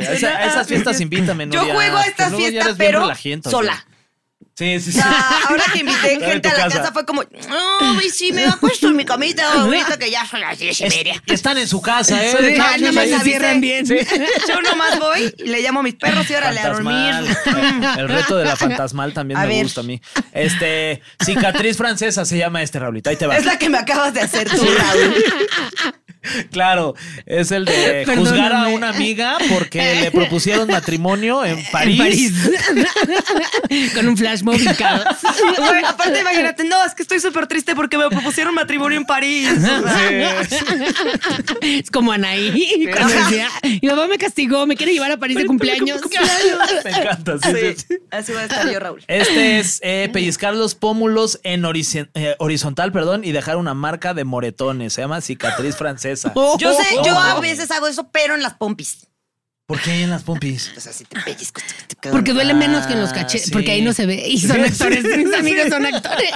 Speaker 3: A esa- a esas fiestas invítame,
Speaker 4: Yo
Speaker 3: Nuria,
Speaker 4: juego a
Speaker 3: que
Speaker 4: estas
Speaker 3: luego ya
Speaker 4: fiestas,
Speaker 3: eres bien
Speaker 4: pero
Speaker 3: relajiento,
Speaker 4: sola.
Speaker 3: güey. Sí, sí, sí.
Speaker 4: O sea, Ah, ahora que invité
Speaker 3: Pero en
Speaker 4: gente
Speaker 3: tu
Speaker 4: a la
Speaker 3: casa.
Speaker 4: casa fue como, no, y sí, me he puesto en mi camita ahorita que ya son las diez y
Speaker 3: Es-
Speaker 4: media.
Speaker 3: están en su casa, ¿eh?
Speaker 2: Sí,
Speaker 3: De
Speaker 2: ah,
Speaker 3: noche,
Speaker 2: no me
Speaker 3: ahí.
Speaker 2: se cierran bien.
Speaker 4: Yo nomás voy y le llamo a mis perros y órale a dormir.
Speaker 3: Fantasmal. El reto de la fantasmal también
Speaker 4: A
Speaker 3: me
Speaker 4: ver.
Speaker 3: gusta a mí. Este, cicatriz francesa se llama este, Raulita. Ahí te va.
Speaker 4: Es la que me acabas de hacer tú, Raúl.
Speaker 3: Claro, es el de
Speaker 2: Perdóname.
Speaker 3: juzgar a una amiga porque le propusieron matrimonio en París.
Speaker 2: En París. Con un flash mob y caos.
Speaker 4: Güey, aparte, imagínate, no, es que estoy súper triste porque me propusieron matrimonio en París.
Speaker 2: Es como Anaí. Cuando decía, mi mamá me castigó, me quiere llevar a París de cumpleaños.
Speaker 3: Me encanta, sí, sí,
Speaker 4: Sí,
Speaker 3: sí.
Speaker 4: así voy a estar yo, Raúl.
Speaker 3: Este es eh, pellizcar los pómulos en horici- eh, horizontal, perdón, y dejar una marca de moretones. Se llama cicatriz francesa. Oh.
Speaker 4: Yo sé, yo a veces hago eso, pero en las pompis.
Speaker 3: ¿Por qué hay en las pompis?
Speaker 4: O sea, si te pellizco. te- te queda
Speaker 2: Porque
Speaker 4: una-
Speaker 2: duele menos que en los
Speaker 3: Ah,
Speaker 2: cachetes,
Speaker 3: sí.
Speaker 2: porque ahí no se ve. Y son actores, mis amigos son actores.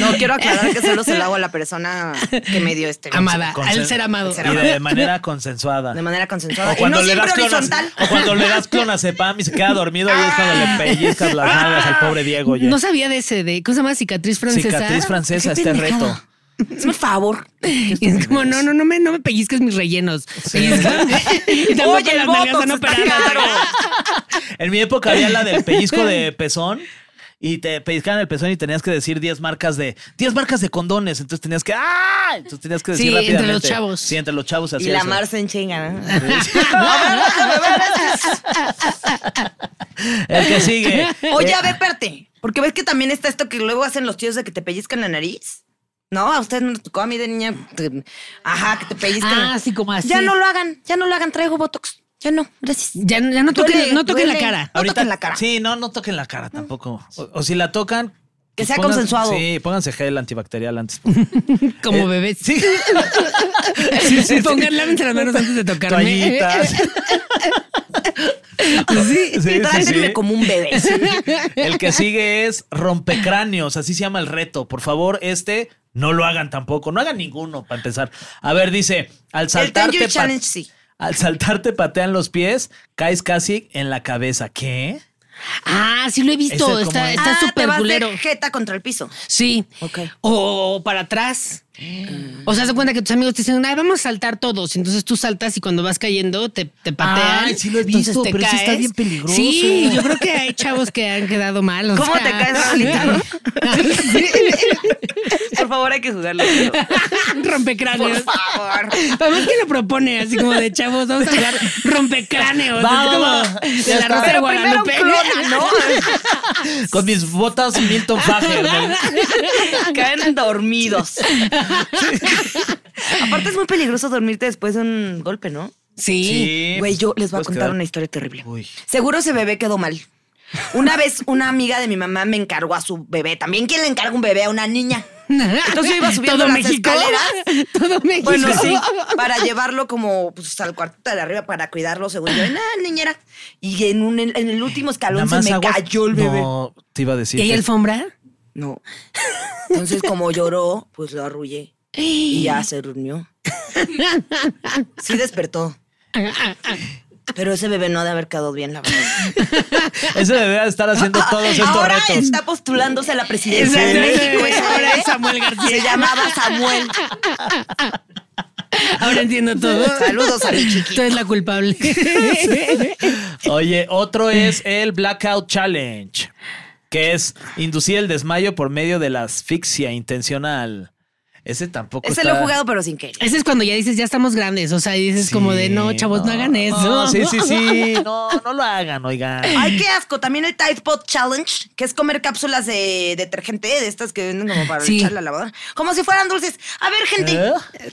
Speaker 4: No, quiero aclarar que solo se lo hago a la persona que me dio este.
Speaker 2: Amada, al
Speaker 3: Consen-
Speaker 2: ser amado.
Speaker 3: Y de manera consensuada.
Speaker 4: De manera consensuada.
Speaker 3: O
Speaker 4: Y
Speaker 3: cuando,
Speaker 4: no
Speaker 3: le
Speaker 4: siempre
Speaker 3: das clonas,
Speaker 4: horizontal. Ah.
Speaker 3: o cuando le das clonazepam y se queda dormido y es cuando le pellizcas las nalgas al pobre Diego. oye.
Speaker 2: No sabía de ese, de cosa más cicatriz francesa.
Speaker 3: Cicatriz francesa, este reto.
Speaker 4: Hazme un favor.
Speaker 2: Y es como, no, no, no me, no me pellizques mis rellenos. Pellizcame. Y tampoco
Speaker 4: Oye, el
Speaker 2: las nalgas
Speaker 4: botox
Speaker 2: son
Speaker 4: está
Speaker 2: operadas.
Speaker 4: caro.
Speaker 3: En mi época había la del pellizco de pezón. Y te pellizcaban el pezón y tenías que decir 10 marcas de 10 marcas de condones. Entonces tenías que ¡ah! Entonces tenías que decir
Speaker 2: Sí, entre los
Speaker 3: rápidamente.
Speaker 2: chavos.
Speaker 3: Sí, entre los chavos
Speaker 4: Y
Speaker 3: así
Speaker 4: la Marce en chinga, ¿no?
Speaker 3: El que sigue.
Speaker 4: Oye, a ver, espérate. Porque ves que también está esto que luego hacen los tíos de que te pellizcan la nariz. No, a ustedes no les tocó a mí de niña. te- Ajá, que te pellizcan.
Speaker 2: Ah, así como así.
Speaker 4: Ya no lo hagan, ya no lo hagan. Traigo botox. Ya no, gracias.
Speaker 2: Ya, no- ya no toquen,
Speaker 4: Duele,
Speaker 2: no toquen la
Speaker 4: duele.
Speaker 2: cara.
Speaker 4: No toquen la cara.
Speaker 3: Sí, no, no toquen la cara tampoco. O, o si la tocan.
Speaker 4: Que
Speaker 3: pues
Speaker 4: sea
Speaker 3: pongan-
Speaker 4: consensuado.
Speaker 3: Sí, pónganse gel antibacterial antes. por favor.
Speaker 2: Como
Speaker 3: Eh,
Speaker 2: bebés.
Speaker 3: Sí.
Speaker 2: sí, Pongan lávense las manos antes de tocarme.
Speaker 3: Toallitas.
Speaker 2: Sí.
Speaker 3: Sí, sí,
Speaker 4: Trátenme
Speaker 3: sí.
Speaker 4: como un bebé. Ah,
Speaker 3: El que sigue es rompecráneos, así se llama el reto. Por favor, este no lo hagan tampoco, no hagan ninguno para empezar. A ver, dice, al
Speaker 4: El Thank
Speaker 3: saltarte
Speaker 4: You
Speaker 3: pa-
Speaker 4: Challenge, sí.
Speaker 3: al saltarte patean los pies, caes casi en la cabeza. ¿Qué?
Speaker 2: Ah, sí lo he visto.
Speaker 3: Ese como
Speaker 2: Está
Speaker 3: es.
Speaker 2: está
Speaker 4: Ah, te
Speaker 2: súper
Speaker 4: vas de
Speaker 2: culero.
Speaker 4: jeta contra el piso.
Speaker 2: Sí.
Speaker 4: Ok.
Speaker 2: O para atrás. O sea, se cuenta que tus amigos te dicen, ay, vamos a saltar todos. Y Entonces tú saltas y cuando vas cayendo te, te patean.
Speaker 3: Ay, sí lo he
Speaker 2: Entonces
Speaker 3: visto,
Speaker 2: te
Speaker 3: pero ese está
Speaker 2: caes.
Speaker 3: bien peligroso.
Speaker 2: Sí, yo creo que hay chavos que han quedado mal. o
Speaker 4: ¿Cómo
Speaker 2: sea.
Speaker 4: te caes, Raulita? Por favor, hay que jugarlo. pero-
Speaker 2: Rompecráneos.
Speaker 4: Por favor.
Speaker 2: Además que lo propone así como de chavos, vamos a jugar rompecráneos.
Speaker 3: Va,
Speaker 2: Así
Speaker 3: va,
Speaker 2: como
Speaker 3: va.
Speaker 2: de la Rosa de
Speaker 4: Pero primero
Speaker 2: Guadalupe.
Speaker 4: clona, ¿no?
Speaker 3: Con mis botas Milton Fager. ¿no?
Speaker 4: Caen dormidos. Aparte es muy peligroso dormirte después de un golpe, ¿no?
Speaker 2: Sí.
Speaker 4: Güey, yo les voy a
Speaker 3: Puedes
Speaker 4: contar
Speaker 3: quedar-
Speaker 4: una historia terrible.
Speaker 3: Pues Uy.
Speaker 4: Seguro ese bebé quedó mal. Una vez una amiga de mi mamá me encargó a su bebé. También quién le encarga un bebé a una niña. Entonces yo iba subiendo
Speaker 2: Todo
Speaker 4: las
Speaker 2: México.
Speaker 4: escaleras.
Speaker 2: Todo México.
Speaker 4: Bueno, sí, para llevarlo como pues, al cuartito de arriba para cuidarlo, según yo. Nada, niñera. Y en, un, en el último escalón se me
Speaker 3: aguas-
Speaker 4: cayó el bebé.
Speaker 3: No, te iba a decir.
Speaker 2: ¿Y hay
Speaker 3: que-
Speaker 2: alfombra?
Speaker 4: No. Entonces, como lloró, pues lo arrullé. Y ya se durmió. Sí despertó. Pero ese bebé no ha de haber quedado bien, la verdad.
Speaker 3: Ese bebé va a estar haciendo todos estos
Speaker 4: Ahora
Speaker 3: retos.
Speaker 4: está postulándose a la presidencia de México. ese
Speaker 2: Ahora
Speaker 4: bebé.
Speaker 2: es Samuel
Speaker 4: Se
Speaker 2: García.
Speaker 4: llamaba Samuel.
Speaker 2: Ahora entiendo todo.
Speaker 4: Saludos a mi
Speaker 2: Tú
Speaker 4: chiquito.
Speaker 2: eres la culpable.
Speaker 3: Oye, otro es el Blackout Challenge, que es inducir el desmayo por medio de la asfixia intencional.
Speaker 6: Ese tampoco
Speaker 4: Ese
Speaker 6: está...
Speaker 4: lo he jugado, pero sin querer.
Speaker 2: Ese es cuando ya dices, ya estamos grandes. O sea, dices como de, no, chavos, no, hagan eso.
Speaker 6: No, sí, sí, sí.
Speaker 3: No, no lo hagan, oigan.
Speaker 4: Ay, qué asco. También el Tide Pod Challenge, que es comer cápsulas de detergente, de estas que venden como para
Speaker 2: Sí. ¿Eh?
Speaker 4: echarle a la lavadora. Como si fueran dulces. A ver, gente.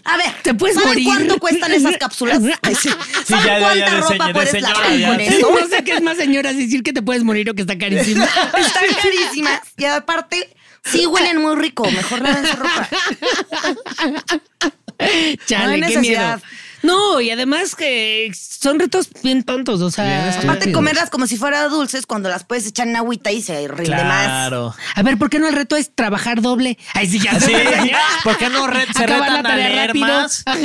Speaker 4: A ver.
Speaker 2: Te puedes
Speaker 4: ¿saben
Speaker 2: morir.
Speaker 4: cuánto cuestan esas cápsulas?
Speaker 2: Ay, sí.
Speaker 3: Sí,
Speaker 4: ¿Saben
Speaker 3: ya, ya, ya,
Speaker 4: cuánta
Speaker 3: de
Speaker 4: ropa
Speaker 3: señor- de
Speaker 4: puedes
Speaker 3: señora,
Speaker 4: lavar
Speaker 3: ya.
Speaker 4: con
Speaker 3: Sí.
Speaker 4: eso?
Speaker 2: No sé qué es más, señoras, decir que te puedes morir o que está carísima.
Speaker 4: Están carísimas. Y aparte, sí huelen muy rico. Mejor laven su ropa.
Speaker 2: Chale,
Speaker 4: No hay
Speaker 2: qué miedo.
Speaker 4: necesidad.
Speaker 2: No, y además que son retos bien tontos, o sea.
Speaker 4: Aparte, comerlas como si fueran dulces cuando las puedes echar en agüita y se rinde más.
Speaker 3: Claro.
Speaker 2: A ver, ¿por qué no el reto es trabajar doble? Ay, sí, ya
Speaker 3: Sí,
Speaker 2: sé.
Speaker 3: ¿por qué no re- se
Speaker 2: Acabar
Speaker 3: retan
Speaker 2: la
Speaker 3: a
Speaker 2: tarea
Speaker 3: leer
Speaker 2: rápido.
Speaker 3: más?
Speaker 2: Ajá.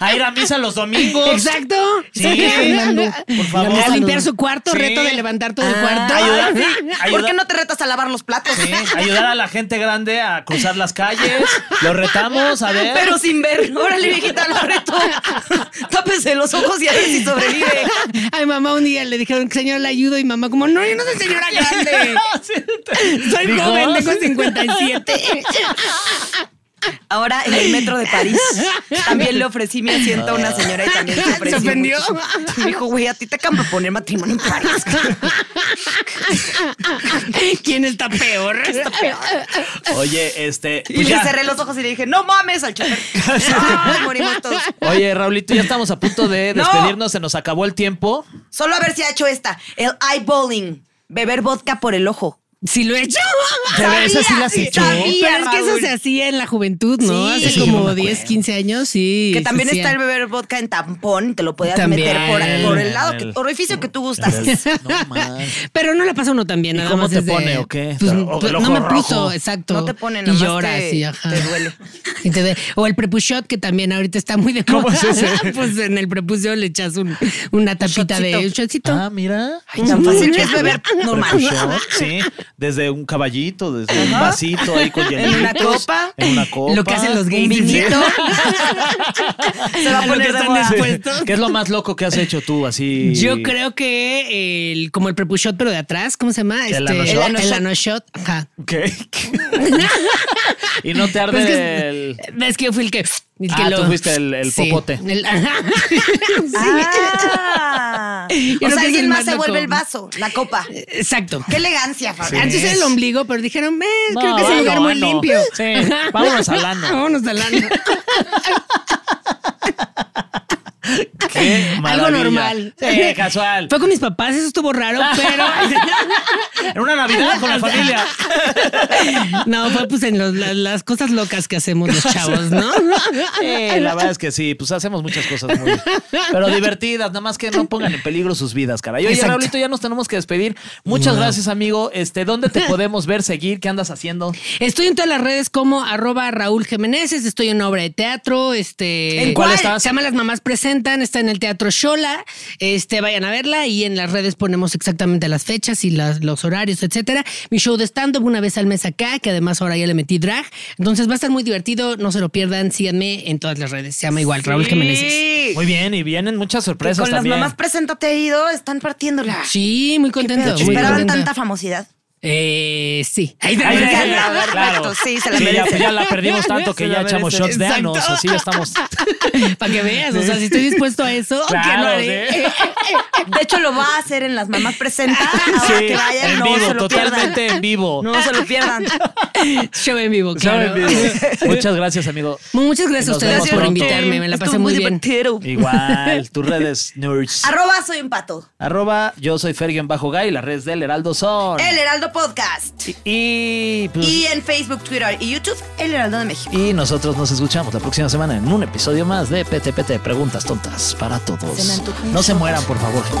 Speaker 3: A ir a misa los domingos.
Speaker 2: Exacto.
Speaker 3: Sí, Fernando, por favor.
Speaker 2: A limpiar su cuarto,
Speaker 3: Sí. Ah,
Speaker 2: reto de levantar todo el cuarto.
Speaker 3: ayudar.
Speaker 4: ¿Por
Speaker 3: ayudar-
Speaker 4: qué no te retas a lavar los platos?
Speaker 3: Sí, ayudar a la gente grande a cruzar las calles. Lo retamos, a ver.
Speaker 4: Pero sin ver. Órale, viejita, lo reto. Tápese los ojos y a ver si sobrevive.
Speaker 2: Ay, mamá, un día le dijeron, señor, le ayudo. Y mamá, como, no, yo no soy señora grande. Soy
Speaker 3: Dijo,
Speaker 2: joven,
Speaker 3: "Ah,
Speaker 2: tengo 57.
Speaker 4: Ahora en el metro de París también le ofrecí mi asiento a una señora y también se ofreció.
Speaker 2: ¿Se ofendió?
Speaker 4: muchísimo. Me dijo, güey, a ti te acaban de poner matrimonio en París.
Speaker 2: ¿Quién está peor? Está peor.
Speaker 3: Oye, este.
Speaker 4: Y
Speaker 3: pues
Speaker 4: le
Speaker 3: ya.
Speaker 4: cerré los ojos y le dije, no mames al chofer. Ay, morimos todos.
Speaker 3: Oye, Raulito, ya estamos a punto de
Speaker 4: No.
Speaker 3: despedirnos. Se nos acabó el tiempo.
Speaker 4: Solo a ver si ha hecho esta. El eyeballing. Beber vodka por el ojo.
Speaker 2: Si lo he hecho.
Speaker 3: Pero esa sí
Speaker 4: Sabía,
Speaker 3: la has
Speaker 4: sí,
Speaker 3: hecho.
Speaker 4: sabía.
Speaker 2: Pero es que eso
Speaker 4: Raúl.
Speaker 2: se hacía en la juventud, ¿no?
Speaker 4: Sí.
Speaker 2: Hace
Speaker 4: Sí,
Speaker 2: como
Speaker 3: yo me
Speaker 2: 10,
Speaker 3: acuerdo.
Speaker 2: 15 años, sí.
Speaker 4: Que
Speaker 2: se
Speaker 4: también está el
Speaker 2: hacía.
Speaker 4: beber vodka en tampón, te lo podías
Speaker 2: También.
Speaker 4: meter por, por el lado,
Speaker 3: El-
Speaker 4: que, orificio que tú gustas.
Speaker 3: Pues, No man.
Speaker 2: Pero no la pasa uno también.
Speaker 3: ¿Y
Speaker 2: nada
Speaker 3: cómo
Speaker 2: más
Speaker 3: te
Speaker 2: es de-
Speaker 3: pone, o qué?
Speaker 2: Pues,
Speaker 3: O
Speaker 2: pues,
Speaker 3: el
Speaker 2: no
Speaker 3: ojo
Speaker 2: me
Speaker 3: rojo.
Speaker 2: puso, exacto.
Speaker 4: No te pone,
Speaker 2: Y
Speaker 4: nomás
Speaker 2: lloras,
Speaker 4: te-
Speaker 2: y ajá.
Speaker 4: te duele.
Speaker 2: Y te duele. O el prepushot, que también ahorita está muy de moda. pues en el prepucio le echas un- una tapita de un shotcito.
Speaker 3: Ah, mira.
Speaker 4: Ay, tan fácil que es beber normal.
Speaker 3: Prepucio, Sí, desde un caballito, desde un vasito ahí con
Speaker 4: En una
Speaker 3: hielitos,
Speaker 4: copa.
Speaker 3: En una copa.
Speaker 2: Lo que hacen los gays.
Speaker 4: Un vinito. Se va
Speaker 2: A lo
Speaker 4: a
Speaker 2: que
Speaker 4: poner de
Speaker 2: están
Speaker 4: moda.
Speaker 2: dispuestos.
Speaker 3: ¿Qué es lo más loco que has hecho tú así?
Speaker 2: Yo creo que el, como el prepushot, pero de atrás, ¿cómo se llama?
Speaker 3: ¿El
Speaker 2: Este,
Speaker 3: anoshot?
Speaker 2: El anoshot. Ajá.
Speaker 3: ¿Qué? y no te arde
Speaker 2: Pues que-
Speaker 3: el.
Speaker 2: Es que yo fui el que. el que
Speaker 3: Ah, tú fuiste el- el popote.
Speaker 2: El- ajá.
Speaker 4: Ah.
Speaker 2: Yo creo
Speaker 4: o sea,
Speaker 2: que es el
Speaker 4: alguien más
Speaker 2: más
Speaker 4: se
Speaker 2: loco.
Speaker 4: vuelve el vaso, la copa.
Speaker 2: Exacto.
Speaker 4: Qué elegancia, Fabián.
Speaker 2: Antes era el ombligo, pero dijeron, "Eh, creo
Speaker 3: No,
Speaker 2: que es un
Speaker 3: bueno,
Speaker 2: lugar muy
Speaker 3: bueno.
Speaker 2: limpio.
Speaker 3: Sí, vámonos al ano.
Speaker 2: Vámonos al ano.
Speaker 3: Qué
Speaker 2: Algo
Speaker 3: maravilla.
Speaker 2: normal.
Speaker 3: Sí, casual.
Speaker 2: Fue con mis papás, eso estuvo raro, pero.
Speaker 3: En una Navidad con la familia.
Speaker 2: no, fue pues en los- las, las cosas locas que hacemos los chavos, ¿no?
Speaker 3: Sí, la verdad es que sí, pues hacemos muchas cosas muy. Pero divertidas, nada más que no pongan en peligro sus vidas, caray. Oye,
Speaker 2: Exacto.
Speaker 3: Raulito, ya nos tenemos que despedir. Muchas gracias, amigo. Este, ¿dónde te podemos ver, seguir? ¿Qué andas haciendo?
Speaker 2: Estoy en todas las redes como arroba Raúl Jiménez, estoy en obra de teatro, este.
Speaker 3: ¿En cuál estás?
Speaker 2: Se llama Las Mamás Presentan, está en el Teatro Shola. Este, vayan a verla y en las redes ponemos exactamente las fechas y las- los horarios, etcétera. Mi show de stand-up una vez al mes acá, que además ahora ya le metí drag. Entonces va a estar muy divertido, no se lo pierdan, síganme en todas las redes. Se llama igual Raúl Jiménez.
Speaker 4: Sí.
Speaker 3: Muy bien, y vienen muchas
Speaker 4: Con
Speaker 3: sorpresas
Speaker 4: las
Speaker 3: también.
Speaker 4: mamás preséntate ha ido, están partiéndola.
Speaker 2: Sí, muy
Speaker 4: Qué
Speaker 2: contento.
Speaker 4: pedo,
Speaker 2: muy
Speaker 4: ¿Esperaban
Speaker 2: contenta.
Speaker 4: tanta famosidad?
Speaker 2: Eh, sí. Ahí te
Speaker 3: Ay,
Speaker 4: Me
Speaker 3: sí,
Speaker 4: encanta,
Speaker 3: sí,
Speaker 4: perfecto,
Speaker 3: claro.
Speaker 4: sí, se la
Speaker 3: ya, pues
Speaker 4: merece.
Speaker 3: ya la perdimos tanto que
Speaker 2: Se
Speaker 3: ya
Speaker 2: la
Speaker 3: echamos
Speaker 2: merece.
Speaker 3: shots de
Speaker 2: Exacto.
Speaker 3: anos, así ya estamos.
Speaker 2: Para que veas, o sea, si estoy dispuesto a eso, ¿qué no
Speaker 3: Claro,
Speaker 2: haré?
Speaker 3: sí.
Speaker 4: De hecho, lo va a hacer en las mamás presentan. Ahora
Speaker 3: Sí,
Speaker 4: que vayan,
Speaker 3: en
Speaker 4: no
Speaker 3: vivo,
Speaker 4: se lo
Speaker 3: totalmente
Speaker 4: pierdan.
Speaker 3: en vivo.
Speaker 4: No se lo pierdan.
Speaker 2: Show en vivo, claro.
Speaker 3: Muchas gracias, amigo.
Speaker 2: Muchas gracias a
Speaker 3: Nos
Speaker 2: ustedes
Speaker 3: vemos
Speaker 2: por
Speaker 3: pronto.
Speaker 2: invitarme, me la
Speaker 4: Estuvo
Speaker 2: pasé muy bien.
Speaker 4: divertido.
Speaker 3: Igual, tus redes, nerds.
Speaker 4: Arroba soy un pato.
Speaker 3: Arroba, yo soy Ferguen Bajo Gay, las redes del Heraldo son.
Speaker 4: El Heraldo Podcast.
Speaker 3: Y, pues,
Speaker 4: Y en Facebook, Twitter y YouTube, El Heraldo de México.
Speaker 3: y nosotros nos escuchamos la próxima semana en un episodio más de PTPT, preguntas tontas para todos. No se mueran, por favor. gente.